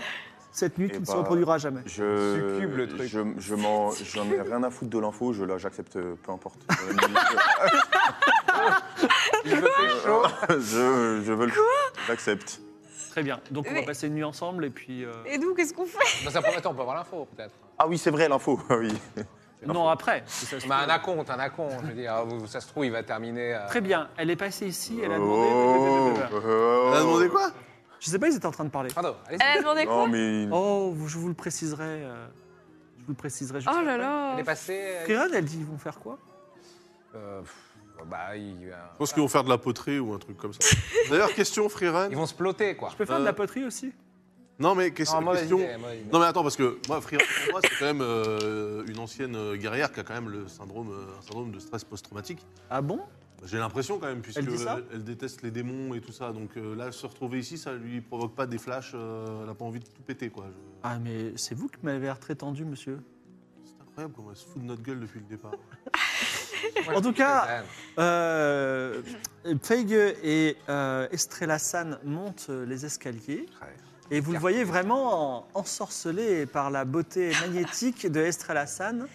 Speaker 1: cette nuit
Speaker 5: Eh
Speaker 1: qui ne se
Speaker 5: bah,
Speaker 1: reproduira jamais.
Speaker 5: Je
Speaker 2: Succube le truc.
Speaker 5: Je, je m'en, j'en ai rien à foutre de l'info, je la, j'accepte, euh, peu importe. Euh,
Speaker 2: Il veut faire chaud.
Speaker 5: Euh, je, je veux le. J'accepte.
Speaker 1: Très bien, donc on va
Speaker 3: Mais-
Speaker 1: passer une nuit ensemble et puis... euh,
Speaker 3: Et nous, qu'est-ce qu'on fait
Speaker 2: Dans un premier temps, on peut avoir l'info, peut-être.
Speaker 5: Ah oui, c'est vrai l'info. Ah oui.
Speaker 1: Non, après. si ça se
Speaker 2: Mais un
Speaker 1: trouve.
Speaker 2: acompte, un acompte. Je veux dire, oh, vous- ça se trouve, il va terminer. euh,
Speaker 1: Très bien, elle est passée ici, elle a
Speaker 5: Oh,
Speaker 1: demandé...
Speaker 5: oh.
Speaker 4: Elle a demandé quoi
Speaker 1: Je sais pas, ils étaient en train de parler.
Speaker 2: Pardon, allez-y.
Speaker 1: Euh,
Speaker 3: Elle a demandé quoi
Speaker 5: Non mais
Speaker 1: Oh, vous- je vous le préciserai. euh, Je vous le préciserai juste
Speaker 3: Oh là
Speaker 1: après.
Speaker 3: là
Speaker 2: Elle est passée. euh,
Speaker 1: Kieran, elle dit, ils vont faire quoi
Speaker 2: euh, pff, bah, ils, euh,
Speaker 4: Je pense qu'ils vont faire de la poterie ou un truc comme ça. D'ailleurs, question, Freeran.
Speaker 2: ils vont se ploter, quoi.
Speaker 1: Je peux faire de la
Speaker 4: Euh,
Speaker 1: poterie aussi
Speaker 4: Non, mais que-
Speaker 2: Non, mauvaise
Speaker 4: question.
Speaker 2: idée, mauvaise idée.
Speaker 4: Non, mais attends, parce que moi, Freeran, pour moi, c'est quand même euh, une ancienne euh, guerrière qui a quand même le syndrome, euh, un syndrome de stress post-traumatique.
Speaker 1: Ah bon
Speaker 4: J'ai l'impression quand même, puisque
Speaker 1: Elle dit ça
Speaker 4: elle déteste les démons et tout ça. Donc euh, là, se retrouver ici, ça lui provoque pas des flashs. euh, elle a pas envie de tout péter, quoi. Je-
Speaker 1: Ah, mais c'est vous qui m'avez l'air très tendu, monsieur.
Speaker 4: C'est incroyable comment elle se fout de notre gueule depuis le départ.
Speaker 2: Moi,
Speaker 1: En
Speaker 2: je
Speaker 1: tout
Speaker 2: suis
Speaker 1: cas-
Speaker 2: fan.
Speaker 1: Euh, Feige et euh, Estrella San montent les escaliers. Et vous le voyez vraiment en- ensorcelé par la beauté magnétique de Estrella San.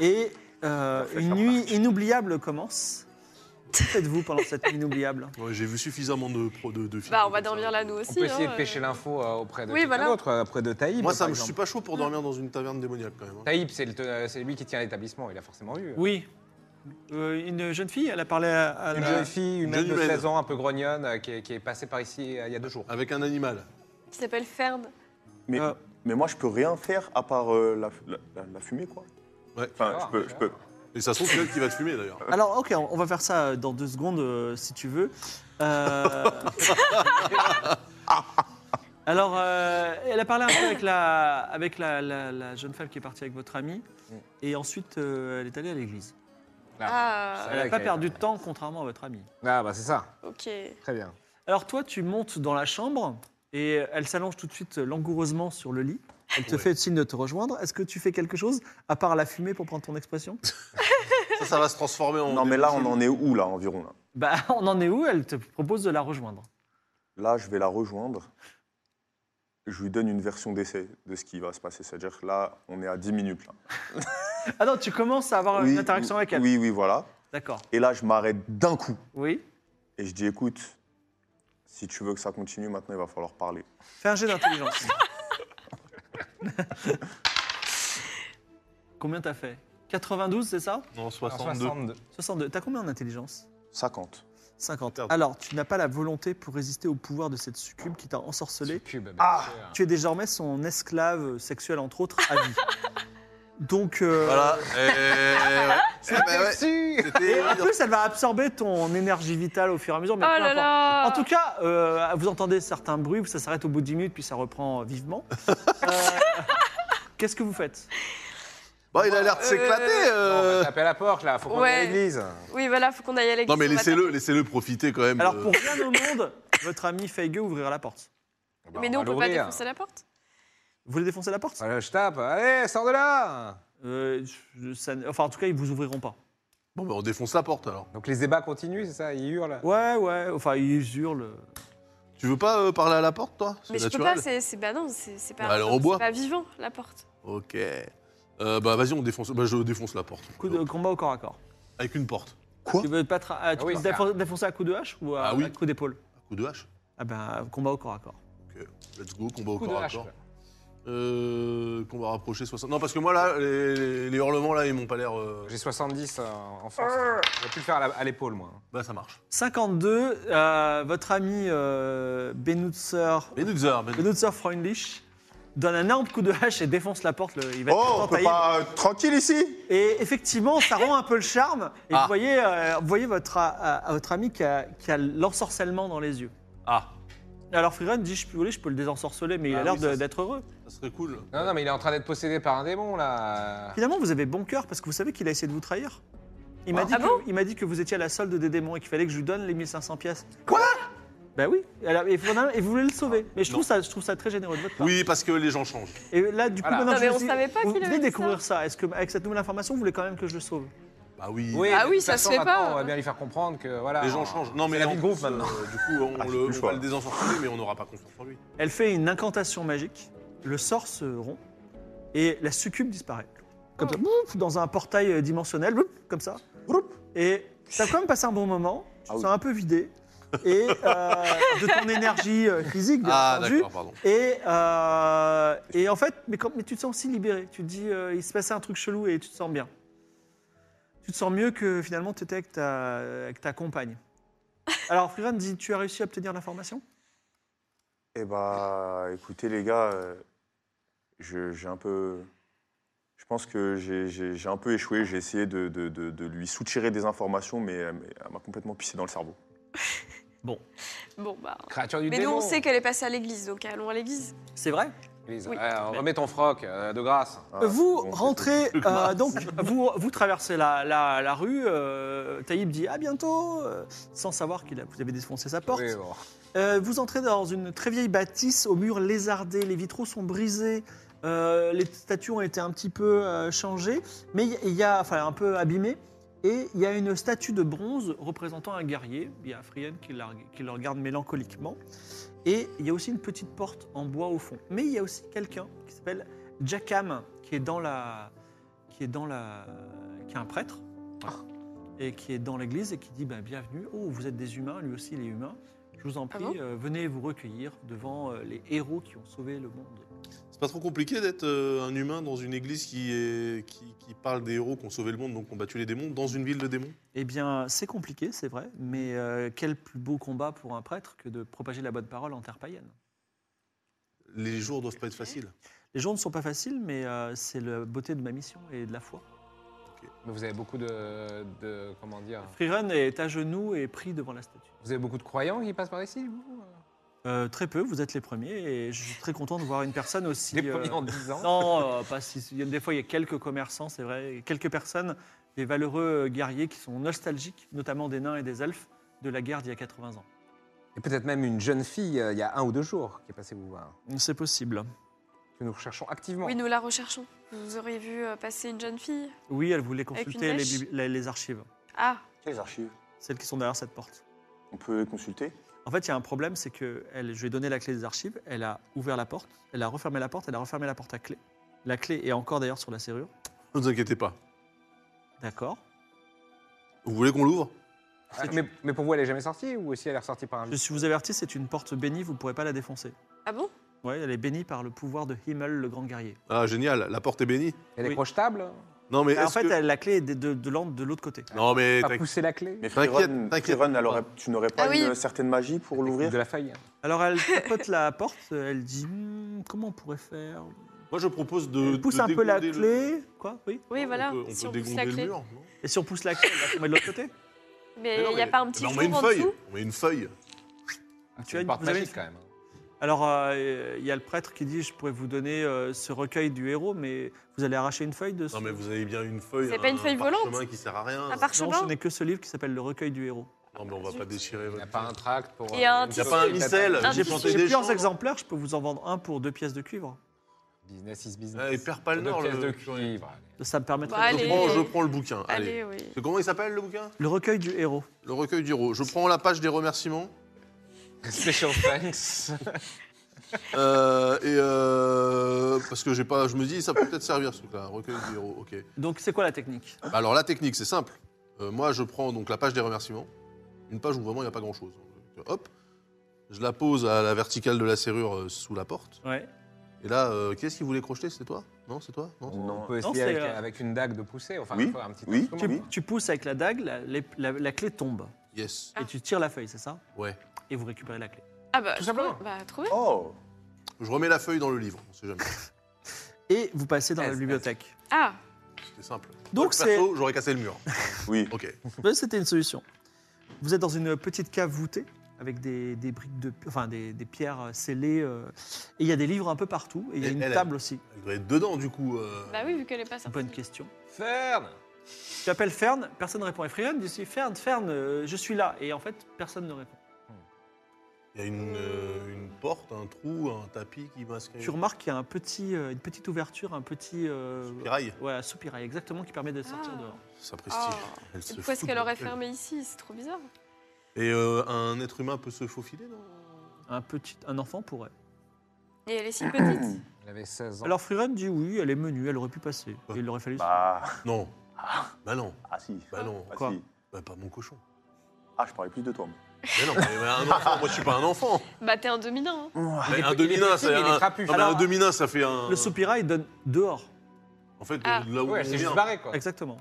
Speaker 1: Et euh, une nuit inoubliable commence. Que faites-vous pendant cette nuit inoubliable
Speaker 4: Ouais, J'ai vu suffisamment de, pro- de, de films.
Speaker 3: Bah, on va
Speaker 4: comme ça.
Speaker 3: dormir là, nous aussi.
Speaker 2: on peut essayer
Speaker 3: hein,
Speaker 2: de pêcher
Speaker 3: euh.
Speaker 2: l'info euh, auprès de
Speaker 3: Oui,
Speaker 2: quelqu'un
Speaker 3: voilà.
Speaker 2: d'autre, euh, auprès de Taïb.
Speaker 4: Moi, ça,
Speaker 2: par
Speaker 4: me- je
Speaker 2: exemple.
Speaker 4: suis pas chaud pour dormir dans une taverne démoniaque quand même. hein.
Speaker 2: Taïb, c'est le te- euh, c'est lui qui tient l'établissement, il a forcément vu. hein.
Speaker 1: Oui. Euh, une jeune fille, elle a parlé à, à
Speaker 2: Une
Speaker 1: la-
Speaker 2: jeune fille
Speaker 4: Une
Speaker 2: humaine
Speaker 4: jeune
Speaker 2: de
Speaker 4: humaine.
Speaker 2: 16 ans, un peu grognonne, euh, qui est, qui est passée par ici euh, il y a deux jours.
Speaker 4: Avec un animal.
Speaker 3: Qui s'appelle Fern.
Speaker 5: mais,
Speaker 1: Ah.
Speaker 5: mais moi je peux rien faire à part euh, la, la- la- la fumée quoi.
Speaker 4: Ouais.
Speaker 2: Ah,
Speaker 5: Enfin, je peux, je peux.
Speaker 4: Et ça se trouve, c'est elle qui va te fumer d'ailleurs.
Speaker 1: Alors, ok, on on va faire ça euh, dans deux secondes, euh, si tu veux. Euh, Alors, euh, elle a parlé un peu avec, la, avec la, la- la jeune femme qui est partie avec votre amie.
Speaker 2: Mm.
Speaker 1: Et ensuite, euh, elle est allée à l'église.
Speaker 3: Ah,
Speaker 1: Elle
Speaker 2: Ouais,
Speaker 1: n'a pas
Speaker 2: ok.
Speaker 1: perdu de temps, contrairement à votre amie.
Speaker 2: Ah, bah c'est ça,
Speaker 3: ok.
Speaker 2: très bien.
Speaker 1: Alors, toi, tu montes dans la chambre et elle s'allonge tout de suite euh, langoureusement sur le lit. Elle te
Speaker 4: Ouais.
Speaker 1: fait le signe de te rejoindre. Est-ce que tu fais quelque chose, à part la fumée pour prendre ton expression
Speaker 4: Ça, ça va se transformer en.
Speaker 5: Non mais là on en est où là environ là
Speaker 1: Bah, on en est où Elle te propose de la rejoindre.
Speaker 5: Là, je vais la rejoindre. Je lui donne une version d'essai de ce qui va se passer. C'est-à-dire que là, on est à 10 minutes. Là.
Speaker 1: Ah non, tu commences à avoir une interaction
Speaker 5: oui,
Speaker 1: avec elle.
Speaker 5: Oui, oui, voilà.
Speaker 1: D'accord.
Speaker 5: Et là, je m'arrête d'un coup.
Speaker 1: Oui.
Speaker 5: Et je dis, écoute, si tu veux que ça continue, maintenant, il va falloir parler.
Speaker 1: Fais un jet d'intelligence. combien t'as fait 92, c'est ça
Speaker 4: En
Speaker 2: En
Speaker 4: 62.
Speaker 2: 62.
Speaker 1: 62. T'as combien en intelligence
Speaker 5: 50.
Speaker 1: 50.
Speaker 4: Merde.
Speaker 1: Alors, tu n'as pas la volonté pour résister au pouvoir de cette succube qui t'a ensorcelé.
Speaker 2: Cube, bien sûr.
Speaker 1: Tu es désormais son esclave sexuel, entre autres, à vie. Donc, euh,
Speaker 4: Voilà. Eh, ouais. Eh ben
Speaker 2: bah,
Speaker 4: ouais. C'était
Speaker 1: en plus, elle va absorber ton énergie vitale au fur et à mesure.
Speaker 3: Oh
Speaker 1: Mais peu
Speaker 3: là
Speaker 1: importe.
Speaker 3: là
Speaker 1: En tout cas, euh, vous entendez certains bruits, ça s'arrête au bout de 10 minutes, puis ça reprend vivement. Euh, Qu'est-ce que vous faites
Speaker 4: Bon, Bah, il a
Speaker 3: Eh,
Speaker 4: l'air de s'éclater.
Speaker 2: On
Speaker 4: euh.
Speaker 2: va taper à la porte, là, faut qu'on aille à
Speaker 3: ouais.
Speaker 2: l'église.
Speaker 3: Oui, voilà, faut qu'on aille à l'église.
Speaker 4: Non, mais
Speaker 3: on va
Speaker 4: laissez-le,
Speaker 3: taper.
Speaker 4: laissez-le profiter quand même. euh.
Speaker 1: Alors,
Speaker 4: de-
Speaker 1: pour rien au monde, votre ami Feige ouvrira la porte.
Speaker 2: Bah,
Speaker 3: Mais nous,
Speaker 2: va
Speaker 3: on peut pas
Speaker 2: l'ouvrir.
Speaker 3: défoncer la porte.
Speaker 1: Vous voulez défoncer la porte
Speaker 2: Voilà, je tape. Allez, sors de là
Speaker 1: Euh, je- ça- Enfin, en tout cas, ils vous ouvriront pas.
Speaker 4: Bon, bah, on défonce la porte alors.
Speaker 2: Donc les débats continuent, c'est ça Ils hurlent.
Speaker 1: Ouais, ouais, enfin, ils hurlent.
Speaker 4: Tu veux pas euh, parler à la porte, toi C'est
Speaker 3: Mais je peux
Speaker 4: naturel.
Speaker 3: pas, c'est c'est- bah non, c'est c'est pas,
Speaker 4: Bah, alors, on
Speaker 3: c'est
Speaker 4: boit.
Speaker 3: pas vivant la porte.
Speaker 4: Ok. Euh, bah, vas-y, on défonce. Bah, je défonce la porte.
Speaker 1: Coup de combat au corps à corps.
Speaker 4: Avec une porte.
Speaker 1: Tu veux pas tra- ah, tu
Speaker 2: Ah oui,
Speaker 1: peux
Speaker 2: ça.
Speaker 1: défon- défoncer à coup de hache ou à,
Speaker 4: Ah oui.
Speaker 1: à coup d'épaule
Speaker 4: Coup de hache.
Speaker 1: Ah ben, combat au corps à corps.
Speaker 4: Let's go, combat au
Speaker 2: Coup de
Speaker 4: corps à
Speaker 2: hache,
Speaker 4: corps.
Speaker 2: quoi.
Speaker 4: Euh, combat rapproché 60. Non, parce que moi, là, les, les hurlements, là, ils m'ont pas l'air. euh,
Speaker 2: J'ai 70 euh, en force. Je vais plus le faire à la- à l'épaule, moi.
Speaker 4: Bah, ça marche.
Speaker 1: 52, euh, votre ami euh, Benutzer,
Speaker 4: Mais nous, heures, mais nous-
Speaker 1: Benutzer Freundlich donne un énorme coup de hache et défonce la porte. le- il va être
Speaker 5: Oh, on
Speaker 1: content
Speaker 5: peut
Speaker 1: taillé.
Speaker 5: pas être tranquille ici
Speaker 1: Et effectivement, ça rend un peu le charme. Et
Speaker 4: Ah.
Speaker 1: vous voyez, euh, vous voyez votre, euh, euh, votre ami qui a, qui a l'ensorcellement dans les yeux.
Speaker 4: Ah,
Speaker 1: Alors Freerun dit, je peux, vous voulez, je peux le désensorceler, mais il
Speaker 4: Ah
Speaker 1: a l'air
Speaker 4: oui,
Speaker 1: de-
Speaker 4: ça, c'est-
Speaker 1: d'être heureux.
Speaker 4: ça serait cool.
Speaker 2: Non, non, mais il est en train d'être possédé par un démon, là.
Speaker 1: Finalement, vous avez bon cœur parce que vous savez qu'il a essayé de vous trahir. Il m'a dit,
Speaker 3: Ah
Speaker 1: que-
Speaker 3: bon
Speaker 1: il m'a dit que vous étiez à la solde des démons et qu'il fallait que je lui donne les 1500 pièces. Quoi Ben oui, Alors, et, vous, et vous voulez le sauver. Mais je
Speaker 4: Non.
Speaker 1: trouve, ça, je trouve ça très généreux de votre part.
Speaker 4: Oui, parce que les gens changent.
Speaker 1: Et là, du coup,
Speaker 2: Voilà.
Speaker 1: maintenant
Speaker 3: Non,
Speaker 1: que
Speaker 3: mais
Speaker 1: je
Speaker 3: on
Speaker 1: dis-
Speaker 3: savait pas
Speaker 1: vous
Speaker 3: qu'il avait
Speaker 1: venez
Speaker 3: fait
Speaker 1: découvrir
Speaker 3: ça.
Speaker 1: ça. Est-ce que, avec cette nouvelle information, vous voulez quand même que je le sauve
Speaker 4: Bah oui.
Speaker 3: Ah
Speaker 2: de
Speaker 3: oui,
Speaker 2: toute
Speaker 3: ça se
Speaker 2: façon,
Speaker 3: fait pas.
Speaker 2: maintenant, On va bien lui faire comprendre que voilà.
Speaker 4: Les gens changent. Non, mais
Speaker 2: ah. C'est la
Speaker 4: en
Speaker 2: vie de groupe
Speaker 4: plus, euh,
Speaker 2: maintenant.
Speaker 4: du coup, on,
Speaker 5: Ah, j'ai
Speaker 4: le-
Speaker 5: plus le
Speaker 4: on
Speaker 5: choix.
Speaker 4: va le désensorceler, mais on n'aura pas confiance en lui.
Speaker 1: Elle fait une incantation magique, le sort se rompt et la succube disparaît. Comme ça, bouf, dans un portail euh, dimensionnel, bouf, comme ça. Bouf. Et ça a quand même passé un bon moment,
Speaker 5: Ah
Speaker 1: ça
Speaker 5: oui.
Speaker 1: a un peu vidé, et euh, de ton énergie euh, physique, bien
Speaker 4: Ah,
Speaker 1: entendu.
Speaker 4: d'accord, pardon.
Speaker 1: Et, euh, et en fait, mais, quand- mais tu te sens aussi libéré. Tu te dis, euh, il se passait un truc chelou et tu te sens bien. Tu te sens mieux que finalement tu étais avec ta, avec ta compagne. Alors, Freeman dit, tu as réussi à obtenir l'information
Speaker 5: Eh bah, écoutez les gars, euh, je- j'ai un peu... Je pense que j'ai- j'ai j'ai un peu échoué, j'ai essayé de, de- de- de lui soutirer des informations, mais elle m'a- elle m'a complètement pissé dans le cerveau.
Speaker 3: Bon bah.
Speaker 2: Créature du
Speaker 3: Mais nous,
Speaker 2: démon.
Speaker 3: on sait qu'elle est passée à l'église, donc allons à l'église.
Speaker 1: C'est vrai
Speaker 2: Lise,
Speaker 3: Oui.
Speaker 2: euh, remets ton froc, euh, de grâce.
Speaker 5: Ah,
Speaker 1: vous
Speaker 5: bon, c'est-
Speaker 1: rentrez, euh, donc vous, vous traversez la, la- la rue. euh, Taïb dit à bientôt, euh, sans savoir qu'il a, vous avez défoncé sa porte.
Speaker 2: Oui, bon.
Speaker 1: Euh, vous entrez dans une très vieille bâtisse aux murs lézardés, les vitraux sont brisés, euh, les statues ont été un petit peu euh, changées, mais il y- il y, a, enfin un peu abîmées, et il y a une statue de bronze représentant un guerrier, il y a Frien qui, la- qui le regarde mélancoliquement, et il y a aussi une petite porte en bois au fond. Mais il y a aussi quelqu'un qui s'appelle Jakam, qui est dans la, qui est dans la, qui est un prêtre, voilà, et qui est dans l'église et qui dit ben, bienvenue. Oh, vous êtes des humains, lui aussi il est humain. Je vous en prie,
Speaker 3: bon
Speaker 1: euh, venez vous recueillir devant euh, les héros qui ont sauvé le monde.
Speaker 4: C'est pas trop compliqué d'être euh, un humain dans une église qui, est, qui, qui parle des héros qui ont sauvé le monde, donc qui ont battu les démons, dans une ville de démons
Speaker 1: Eh bien, c'est compliqué, c'est vrai, mais euh, quel plus beau combat pour un prêtre que de propager la bonne parole en terre païenne.
Speaker 4: Les jours doivent pas être faciles.
Speaker 1: Les jours ne sont pas faciles, mais euh, c'est la beauté de ma mission et de la foi.
Speaker 2: Mais vous avez beaucoup de, de- Comment dire
Speaker 1: Freerun est à genoux et pris devant la statue.
Speaker 2: Vous avez beaucoup de croyants qui passent par ici, vous
Speaker 1: Euh, très peu, vous êtes les premiers et je suis très content de voir une personne aussi.
Speaker 2: Les
Speaker 1: euh,
Speaker 2: premiers en 10 ans.
Speaker 1: Non, euh, pas si. il y a- Des fois, il y a quelques commerçants, c'est vrai, et quelques personnes, des valeureux euh, guerriers qui sont nostalgiques, notamment des nains et des elfes, de la guerre d'il y a 80 ans.
Speaker 2: Et peut-être même une jeune fille, euh, il y a un ou deux jours, qui est passée vous voir.
Speaker 1: C'est possible.
Speaker 2: Que nous recherchons activement.
Speaker 3: Oui, nous la recherchons. Vous auriez vu euh, passer une jeune fille.
Speaker 1: Oui, elle voulait
Speaker 3: Avec une
Speaker 1: consulter les,
Speaker 3: mèche
Speaker 1: bibli- les- les archives,
Speaker 3: Ah,
Speaker 5: Les archives,
Speaker 1: celles qui sont derrière cette porte.
Speaker 5: on peut les consulter
Speaker 1: En fait, il y a un problème, c'est que elle, je lui ai donné la clé des archives, elle a ouvert la porte, elle a refermé la porte, elle a refermé la porte à clé. La clé est encore d'ailleurs sur la serrure.
Speaker 4: Ne vous inquiétez pas.
Speaker 1: D'accord.
Speaker 4: Vous voulez qu'on l'ouvre
Speaker 2: Ah, mais, mais pour vous, elle est jamais sortie ou aussi elle est ressortie par un.
Speaker 1: Je suis vous avertis, c'est une porte bénie, vous ne pourrez pas la défoncer.
Speaker 3: ah bon
Speaker 1: Ouais, elle est bénie par le pouvoir de Himmel, le grand guerrier.
Speaker 4: Ah, génial, la porte est bénie.
Speaker 2: Elle est
Speaker 1: Oui.
Speaker 2: projetable
Speaker 4: Non, mais.
Speaker 1: Bah, en
Speaker 4: est-ce
Speaker 1: fait,
Speaker 4: que-
Speaker 1: elle- la clé est de, de, de l'an- de l'autre côté.
Speaker 4: Non, mais.
Speaker 2: Pas
Speaker 4: t'inqui-
Speaker 2: pousser la clé
Speaker 5: Mais
Speaker 4: T'inquiète,
Speaker 5: Freerun,
Speaker 4: t'inquiète.
Speaker 5: Freerun, alors, tu n'aurais pas
Speaker 3: Ah oui.
Speaker 5: une certaine magie pour l'ouvrir
Speaker 2: De la feuille.
Speaker 1: Alors elle tapote la porte, elle dit Hmm, comment on pourrait faire
Speaker 4: Moi, je propose de.
Speaker 1: Elle pousse
Speaker 4: de
Speaker 1: un peu la
Speaker 4: dégonder le-
Speaker 1: clé, quoi, oui.
Speaker 3: Oui, voilà.
Speaker 4: On peut, on
Speaker 3: si
Speaker 4: peut
Speaker 3: on pousse
Speaker 4: dégonder
Speaker 3: la
Speaker 4: le
Speaker 3: clé.
Speaker 4: mur. non
Speaker 1: Et si on pousse la clé, elle va tomber de l'autre côté
Speaker 3: Mais
Speaker 4: Mais non,
Speaker 3: il n'y a
Speaker 4: mais-
Speaker 3: pas un petit
Speaker 4: Bah, On
Speaker 3: jour
Speaker 4: met une
Speaker 3: en
Speaker 4: feuille.
Speaker 3: dessous
Speaker 4: On met une feuille.
Speaker 2: Ah,
Speaker 1: Tu as
Speaker 2: c'est une
Speaker 1: une-
Speaker 2: porte
Speaker 1: vous avez une-
Speaker 2: magique quand même.
Speaker 1: Alors, euh, il y a le prêtre qui dit Je pourrais vous donner euh, ce recueil du héros, mais vous allez arracher une feuille de ce.
Speaker 4: Non, mais vous avez bien une feuille. euh,
Speaker 3: C'est pas une
Speaker 4: un
Speaker 3: feuille
Speaker 4: parchemin
Speaker 3: volante
Speaker 4: qui sert à rien.
Speaker 3: Un
Speaker 1: Non,
Speaker 3: parchemin
Speaker 1: ce n'est que ce livre qui s'appelle Le recueil du héros.
Speaker 4: Non, mais on va pas déchirer
Speaker 2: Il
Speaker 4: votre.
Speaker 2: n'y a pas un tract pour.
Speaker 3: Et un
Speaker 2: euh,
Speaker 4: Il y a pas un missel.
Speaker 3: Un
Speaker 4: J'ai
Speaker 3: tissu.
Speaker 4: planté
Speaker 1: J'ai
Speaker 4: des
Speaker 1: plusieurs
Speaker 4: champs.
Speaker 1: exemplaires, je peux vous en vendre un pour deux pièces de cuivre.
Speaker 2: Business is
Speaker 4: Ah,
Speaker 2: business.
Speaker 4: il perd pas le
Speaker 2: Deux
Speaker 4: nord, le-
Speaker 2: pièces de
Speaker 4: purée.
Speaker 2: cuivre.
Speaker 1: Ça me permettra
Speaker 3: Bah,
Speaker 1: de-
Speaker 4: Je
Speaker 3: Allez.
Speaker 4: prends, je prends le bouquin. Allez.
Speaker 3: Allez, oui.
Speaker 4: C'est Comment il s'appelle le bouquin
Speaker 1: Le recueil du héros.
Speaker 4: Le recueil du héros. Je prends la page des remerciements.
Speaker 2: Special thanks.
Speaker 4: Euh, et euh, parce que j'ai pas, je me dis ça peut peut-être servir ce truc-là, un recueil du héros. Ok.
Speaker 1: Donc, c'est quoi la technique
Speaker 4: Bah Alors la technique, c'est simple. Euh, moi, je prends donc la page des remerciements, une page où vraiment il n'y a pas grand-chose. Donc, Hop, je la pose à la verticale de la serrure euh, sous la porte.
Speaker 1: Ouais.
Speaker 4: Et là, euh, qu'est-ce qu'il voulait crocheter C'est toi Non, c'est toi Non.
Speaker 5: Non.
Speaker 2: On peut
Speaker 1: Non,
Speaker 2: essayer
Speaker 1: c'est,
Speaker 2: avec,
Speaker 1: euh,
Speaker 2: avec une dague de pousser, enfin
Speaker 5: Oui,
Speaker 2: un, un petit
Speaker 5: oui.
Speaker 2: instrument.
Speaker 1: Tu, tu pousses avec la dague, la, la- la- la clé tombe.
Speaker 4: Yes.
Speaker 3: Ah.
Speaker 1: Et tu tires la feuille, c'est ça
Speaker 4: Ouais.
Speaker 1: Et vous récupérez la clé.
Speaker 3: Ah bah,
Speaker 2: Tout
Speaker 3: trouvé-
Speaker 2: simplement.
Speaker 3: Bah, trouvé.
Speaker 5: Oh
Speaker 4: Je remets la feuille dans le livre. On sait jamais.
Speaker 1: Et vous passez dans la
Speaker 2: Yes,
Speaker 1: bibliothèque.
Speaker 3: Ah,
Speaker 4: C'était simple.
Speaker 1: Donc, c'est.
Speaker 4: Perso, j'aurais cassé le mur.
Speaker 5: Oui.
Speaker 4: Ok.
Speaker 1: Ouais, Ben, C'était une solution. Vous êtes dans une petite cave voûtée avec des, des briques de, enfin des, des pierres scellées. euh, et il y a des livres un peu partout. Et il y a
Speaker 4: Et
Speaker 1: une
Speaker 4: elle,
Speaker 1: table aussi.
Speaker 4: Elle doit être dedans du coup. euh.
Speaker 3: bah oui, vu qu'elle est pas sortie.
Speaker 1: Bonne question.
Speaker 2: Fern
Speaker 1: Tu appelles Fern, personne ne répond. Et Freeman dit Fern, Fern, euh, je suis là. Et en fait, personne ne répond.
Speaker 4: Il y a une, euh, une porte, un trou, un tapis qui masque.
Speaker 1: Tu remarques qu'il y a un petit, euh, une petite ouverture, un petit. euh,
Speaker 4: Soupirail.
Speaker 1: Ouais, un soupirail, exactement, qui permet de sortir
Speaker 3: Ah.
Speaker 1: dehors.
Speaker 4: Ça
Speaker 3: Oh.
Speaker 4: prestige. Elle se
Speaker 3: Et pourquoi est-ce
Speaker 4: fout
Speaker 3: qu'elle
Speaker 4: de
Speaker 3: aurait
Speaker 4: notre gueule.
Speaker 3: fermé ici C'est trop bizarre.
Speaker 4: Et euh, un être humain peut se faufiler dans.
Speaker 1: Un, petit, un enfant pourrait.
Speaker 3: Et elle est si petite.
Speaker 2: Il avait 16 ans.
Speaker 1: Alors Freerun dit oui, elle est menue, elle aurait pu passer. Et il aurait fallu.
Speaker 5: Bah,
Speaker 4: Non. Bah non.
Speaker 5: ah si.
Speaker 4: Bah non.
Speaker 5: Ah,
Speaker 1: Quoi
Speaker 5: si.
Speaker 4: Bah pas mon cochon.
Speaker 5: Ah, je parlais plus de toi. moi.
Speaker 4: Mais non, mais un enfant, moi je suis pas un enfant.
Speaker 3: bah, t'es un demi-nain. hein.
Speaker 4: Mais un
Speaker 2: il est
Speaker 4: demi-nain,
Speaker 2: petit,
Speaker 4: c'est
Speaker 2: mais il est
Speaker 4: un. Ah bah,
Speaker 2: trapu. Ah
Speaker 4: non, mais un
Speaker 2: Alors-
Speaker 4: demi-nain, ça fait un.
Speaker 1: Le soupirail donne dehors.
Speaker 4: En fait,
Speaker 3: Ah.
Speaker 4: de là où
Speaker 2: bah, Ouais,
Speaker 4: on
Speaker 2: c'est
Speaker 4: vient.
Speaker 2: juste barré quoi.
Speaker 1: Exactement.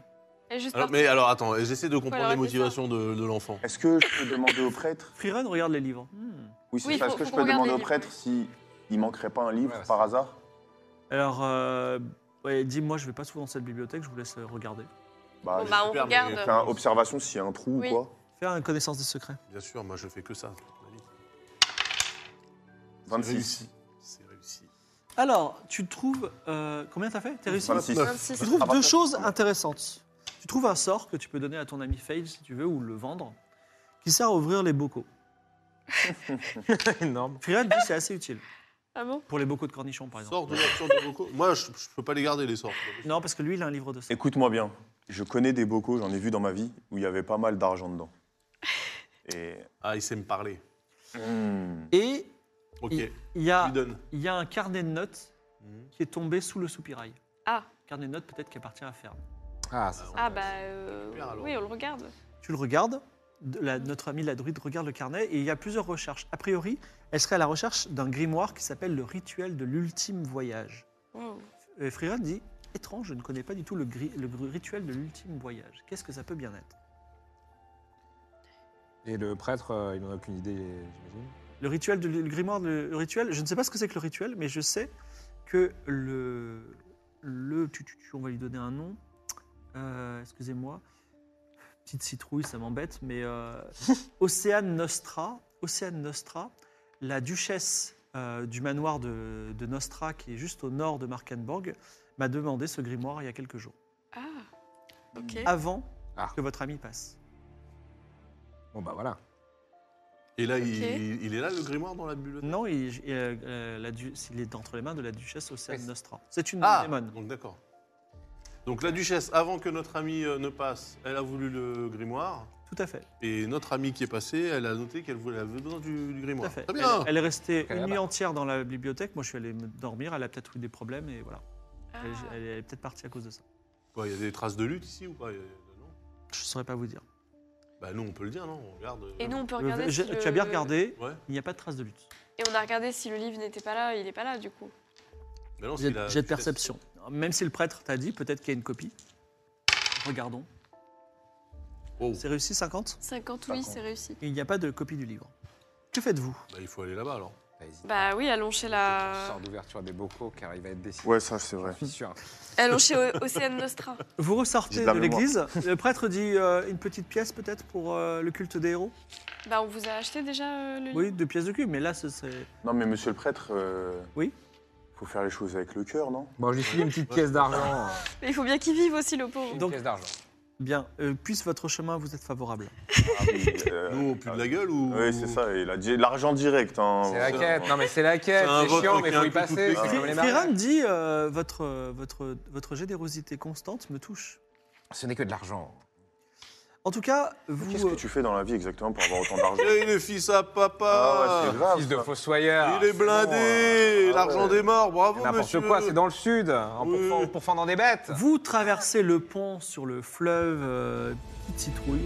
Speaker 3: Elle est juste
Speaker 4: Alors,
Speaker 3: partie.
Speaker 4: mais alors attends, j'essaie de
Speaker 3: Voilà,
Speaker 4: comprendre les
Speaker 3: c'est
Speaker 4: motivations de, de l'enfant.
Speaker 5: Est-ce que je peux demander au prêtre
Speaker 1: Freerun regarde les livres. Hmm.
Speaker 5: Oui, c'est
Speaker 3: Oui,
Speaker 5: ça.
Speaker 3: faut-
Speaker 5: Est-ce que
Speaker 3: faut
Speaker 5: je peux
Speaker 3: regarder
Speaker 5: demander
Speaker 3: les
Speaker 5: au
Speaker 3: livres,
Speaker 5: prêtre si il manquerait pas un livre
Speaker 2: Ouais,
Speaker 5: par hasard
Speaker 1: Alors, euh, ouais, dis moi, je vais pas souvent dans cette bibliothèque, je vous laisse euh, regarder.
Speaker 5: Bah,
Speaker 3: Bon, bah, on
Speaker 4: super, mais-
Speaker 3: regarde.
Speaker 5: Faire une observation s'il y a un trou
Speaker 3: Oui.
Speaker 5: ou quoi.
Speaker 1: Faire une connaissance des secrets.
Speaker 4: Bien sûr, moi je fais que ça.
Speaker 5: 26.
Speaker 4: Réussi. C'est réussi.
Speaker 1: Alors, tu trouves. euh, combien t'as fait T'as réussi
Speaker 5: 26.
Speaker 4: Neuf.
Speaker 3: 26.
Speaker 1: Tu trouves
Speaker 5: Ah,
Speaker 1: deux
Speaker 5: 29,
Speaker 1: choses
Speaker 5: pardon.
Speaker 1: intéressantes. Tu trouves un sort que tu peux donner à ton ami Fail, si tu veux, ou le vendre, qui sert à ouvrir les bocaux.
Speaker 2: Énorme.
Speaker 1: Freerun dit c'est assez utile.
Speaker 3: Ah bon
Speaker 1: Pour les bocaux de cornichons, par exemple.
Speaker 4: Sort de l'ouverture de Boko. Moi je, je peux pas les garder, les sorts.
Speaker 1: Non, parce que lui, il a un livre de ça.
Speaker 5: Écoute-moi bien. Je connais des bocaux, j'en ai vu dans ma vie, où il y avait pas mal d'argent dedans. Et.
Speaker 4: Ah, il sait me parler.
Speaker 5: Hmm.
Speaker 1: Et
Speaker 4: Ok,
Speaker 1: il Ah.
Speaker 4: je
Speaker 1: il y, a,
Speaker 4: lui donne.
Speaker 1: il y a un carnet de notes
Speaker 4: Mhm.
Speaker 1: qui est tombé sous le soupirail.
Speaker 3: Ah.
Speaker 1: Carnet de notes, peut-être, qui appartient à Fern.
Speaker 2: Ah, ça,
Speaker 3: Ah bah, euh,
Speaker 4: Super, alors.
Speaker 3: oui, on le regarde.
Speaker 1: Tu le regardes, de- la- notre ami la druide regarde le carnet et il y a plusieurs recherches. A priori, elle serait à la recherche d'un grimoire qui s'appelle le rituel de l'ultime voyage.
Speaker 3: Wow.
Speaker 1: Euh, Freerun dit étrange, je ne connais pas du tout le, gri- le gr- rituel de l'ultime voyage. Qu'est-ce que ça peut bien être
Speaker 2: Et le prêtre, euh, il n'en a aucune idée, j'imagine.
Speaker 1: Le rituel de l- le grimoire, le, le rituel. Je ne sais pas ce que c'est que le rituel, mais je sais que le le tu, tu, tu, on va lui donner un nom. Euh, Excusez-moi, petite citrouille, ça m'embête, mais euh, Océane Nostra, Océane Nostra, la duchesse euh, du manoir de, de Nostra, qui est juste au nord de Markenborg, m'a demandé ce grimoire il y a quelques jours,
Speaker 3: Ah, ok.
Speaker 1: avant
Speaker 2: Ah.
Speaker 1: que votre ami passe.
Speaker 2: Bon bah voilà.
Speaker 4: Et là,
Speaker 3: Ok.
Speaker 4: il, il est là, le grimoire, dans la bibliothèque
Speaker 1: Non, il, il- euh, la du- il est entre les mains de la duchesse Océane
Speaker 2: Oui.
Speaker 1: Nostra. C'est une
Speaker 4: Ah,
Speaker 1: démon.
Speaker 4: donc d'accord. Donc la duchesse, avant que notre amie euh, ne passe, elle a voulu le grimoire.
Speaker 1: Tout à fait.
Speaker 4: Et notre amie qui est passée, elle a noté qu'elle voulait- elle avait besoin du, du
Speaker 1: Tout à
Speaker 4: grimoire.
Speaker 1: fait.
Speaker 4: Très
Speaker 1: Elle,
Speaker 4: bien
Speaker 1: elle est restée
Speaker 2: Elle est
Speaker 1: une nuit
Speaker 2: là-bas.
Speaker 1: entière dans la bibliothèque. Moi, je suis allé me dormir. Elle a peut-être eu des problèmes et voilà.
Speaker 3: Ah.
Speaker 1: Elle, elle est peut-être partie à cause de ça.
Speaker 4: Quoi, Il y a des traces de lutte ici ou pas Il y a- non
Speaker 1: Je saurais pas vous dire.
Speaker 4: Bah nous, on peut le dire, non On regarde. euh,
Speaker 3: Et nous, on peut
Speaker 1: Le-
Speaker 3: regarder.
Speaker 1: je-
Speaker 3: si
Speaker 1: tu
Speaker 3: le-
Speaker 1: as bien regardé.
Speaker 4: Ouais.
Speaker 1: Il n'y a pas de trace de lutte.
Speaker 3: Et on a regardé si le livre n'était pas là, il est pas là du coup.
Speaker 4: Bah non, c'est
Speaker 1: J'ai
Speaker 4: la
Speaker 1: j'ai de
Speaker 4: duchesse.
Speaker 1: perception. Même si le prêtre t'a dit, peut-être qu'il y a une copie. Regardons.
Speaker 4: Wow,
Speaker 1: C'est réussi 50
Speaker 3: 50, oui, c'est réussi.
Speaker 1: Il n'y a pas de copie du livre. Que faites-vous
Speaker 4: bah, il faut aller là-bas alors.
Speaker 2: T'as hésité.
Speaker 3: Bah oui, allons chez
Speaker 2: Tu
Speaker 3: la.
Speaker 2: sors d'ouverture des bocaux car il va être décidé.
Speaker 5: Ouais, ça, c'est vrai.
Speaker 2: Je suis sûr.
Speaker 3: Allons chez O- Océane Nostra.
Speaker 1: Vous
Speaker 5: J'ai
Speaker 1: ressortez
Speaker 5: de
Speaker 1: de
Speaker 5: la mémoire.
Speaker 1: l'église. Le prêtre dit euh, une petite pièce peut-être pour euh, le culte des héros.
Speaker 3: Bah on vous a acheté déjà euh, le
Speaker 1: Oui, deux pièces de cul, mais là, ce serait.
Speaker 5: Non, mais monsieur le prêtre. euh,
Speaker 1: Oui
Speaker 5: Faut faire les choses avec le cœur, non
Speaker 2: Bon, je lui file une petite pièce d'argent.
Speaker 3: Mais il faut bien qu'il vive aussi le pauvre.
Speaker 2: Une
Speaker 1: Donc-
Speaker 2: pièce d'argent.
Speaker 1: Bien. Euh, puisse votre chemin vous être favorable.
Speaker 5: Ah oui, euh,
Speaker 4: Nous, on pue de la gueule ou.
Speaker 5: Ouais, c'est ça, et la- l'argent direct. Hein,
Speaker 2: C'est la
Speaker 4: c'est-
Speaker 2: quête. Non, mais c'est la quête.
Speaker 4: C'est un
Speaker 2: C'est
Speaker 4: vote
Speaker 2: chiant,
Speaker 4: qui
Speaker 2: mais
Speaker 4: est un
Speaker 2: faut y
Speaker 4: peu coupé.
Speaker 2: passer. c'est
Speaker 4: Fais-
Speaker 2: comme les
Speaker 4: fais
Speaker 2: mariages.
Speaker 1: Ferran dit euh, votre, euh, votre, votre générosité constante me touche.
Speaker 2: Ce n'est que de l'argent.
Speaker 1: En tout cas,
Speaker 5: Mais
Speaker 1: vous.
Speaker 5: Qu'est-ce que
Speaker 1: euh,
Speaker 5: tu fais dans la vie exactement pour avoir autant d'argent
Speaker 4: Eh, Il est fils à papa
Speaker 5: Ah ouais, c'est grave.
Speaker 2: euh,
Speaker 5: Ah,
Speaker 2: Fils de fossoyeur.
Speaker 4: Il est
Speaker 2: c'est bon,
Speaker 4: blindé
Speaker 2: euh, ah
Speaker 4: L'argent
Speaker 2: ouais.
Speaker 4: des morts, bravo monsieur
Speaker 2: N'importe quoi, c'est dans le sud, en
Speaker 4: Oui.
Speaker 2: pourfend- pourfendant des bêtes.
Speaker 1: euh, Vous traversez le pont sur le fleuve euh, Petite Citrouille.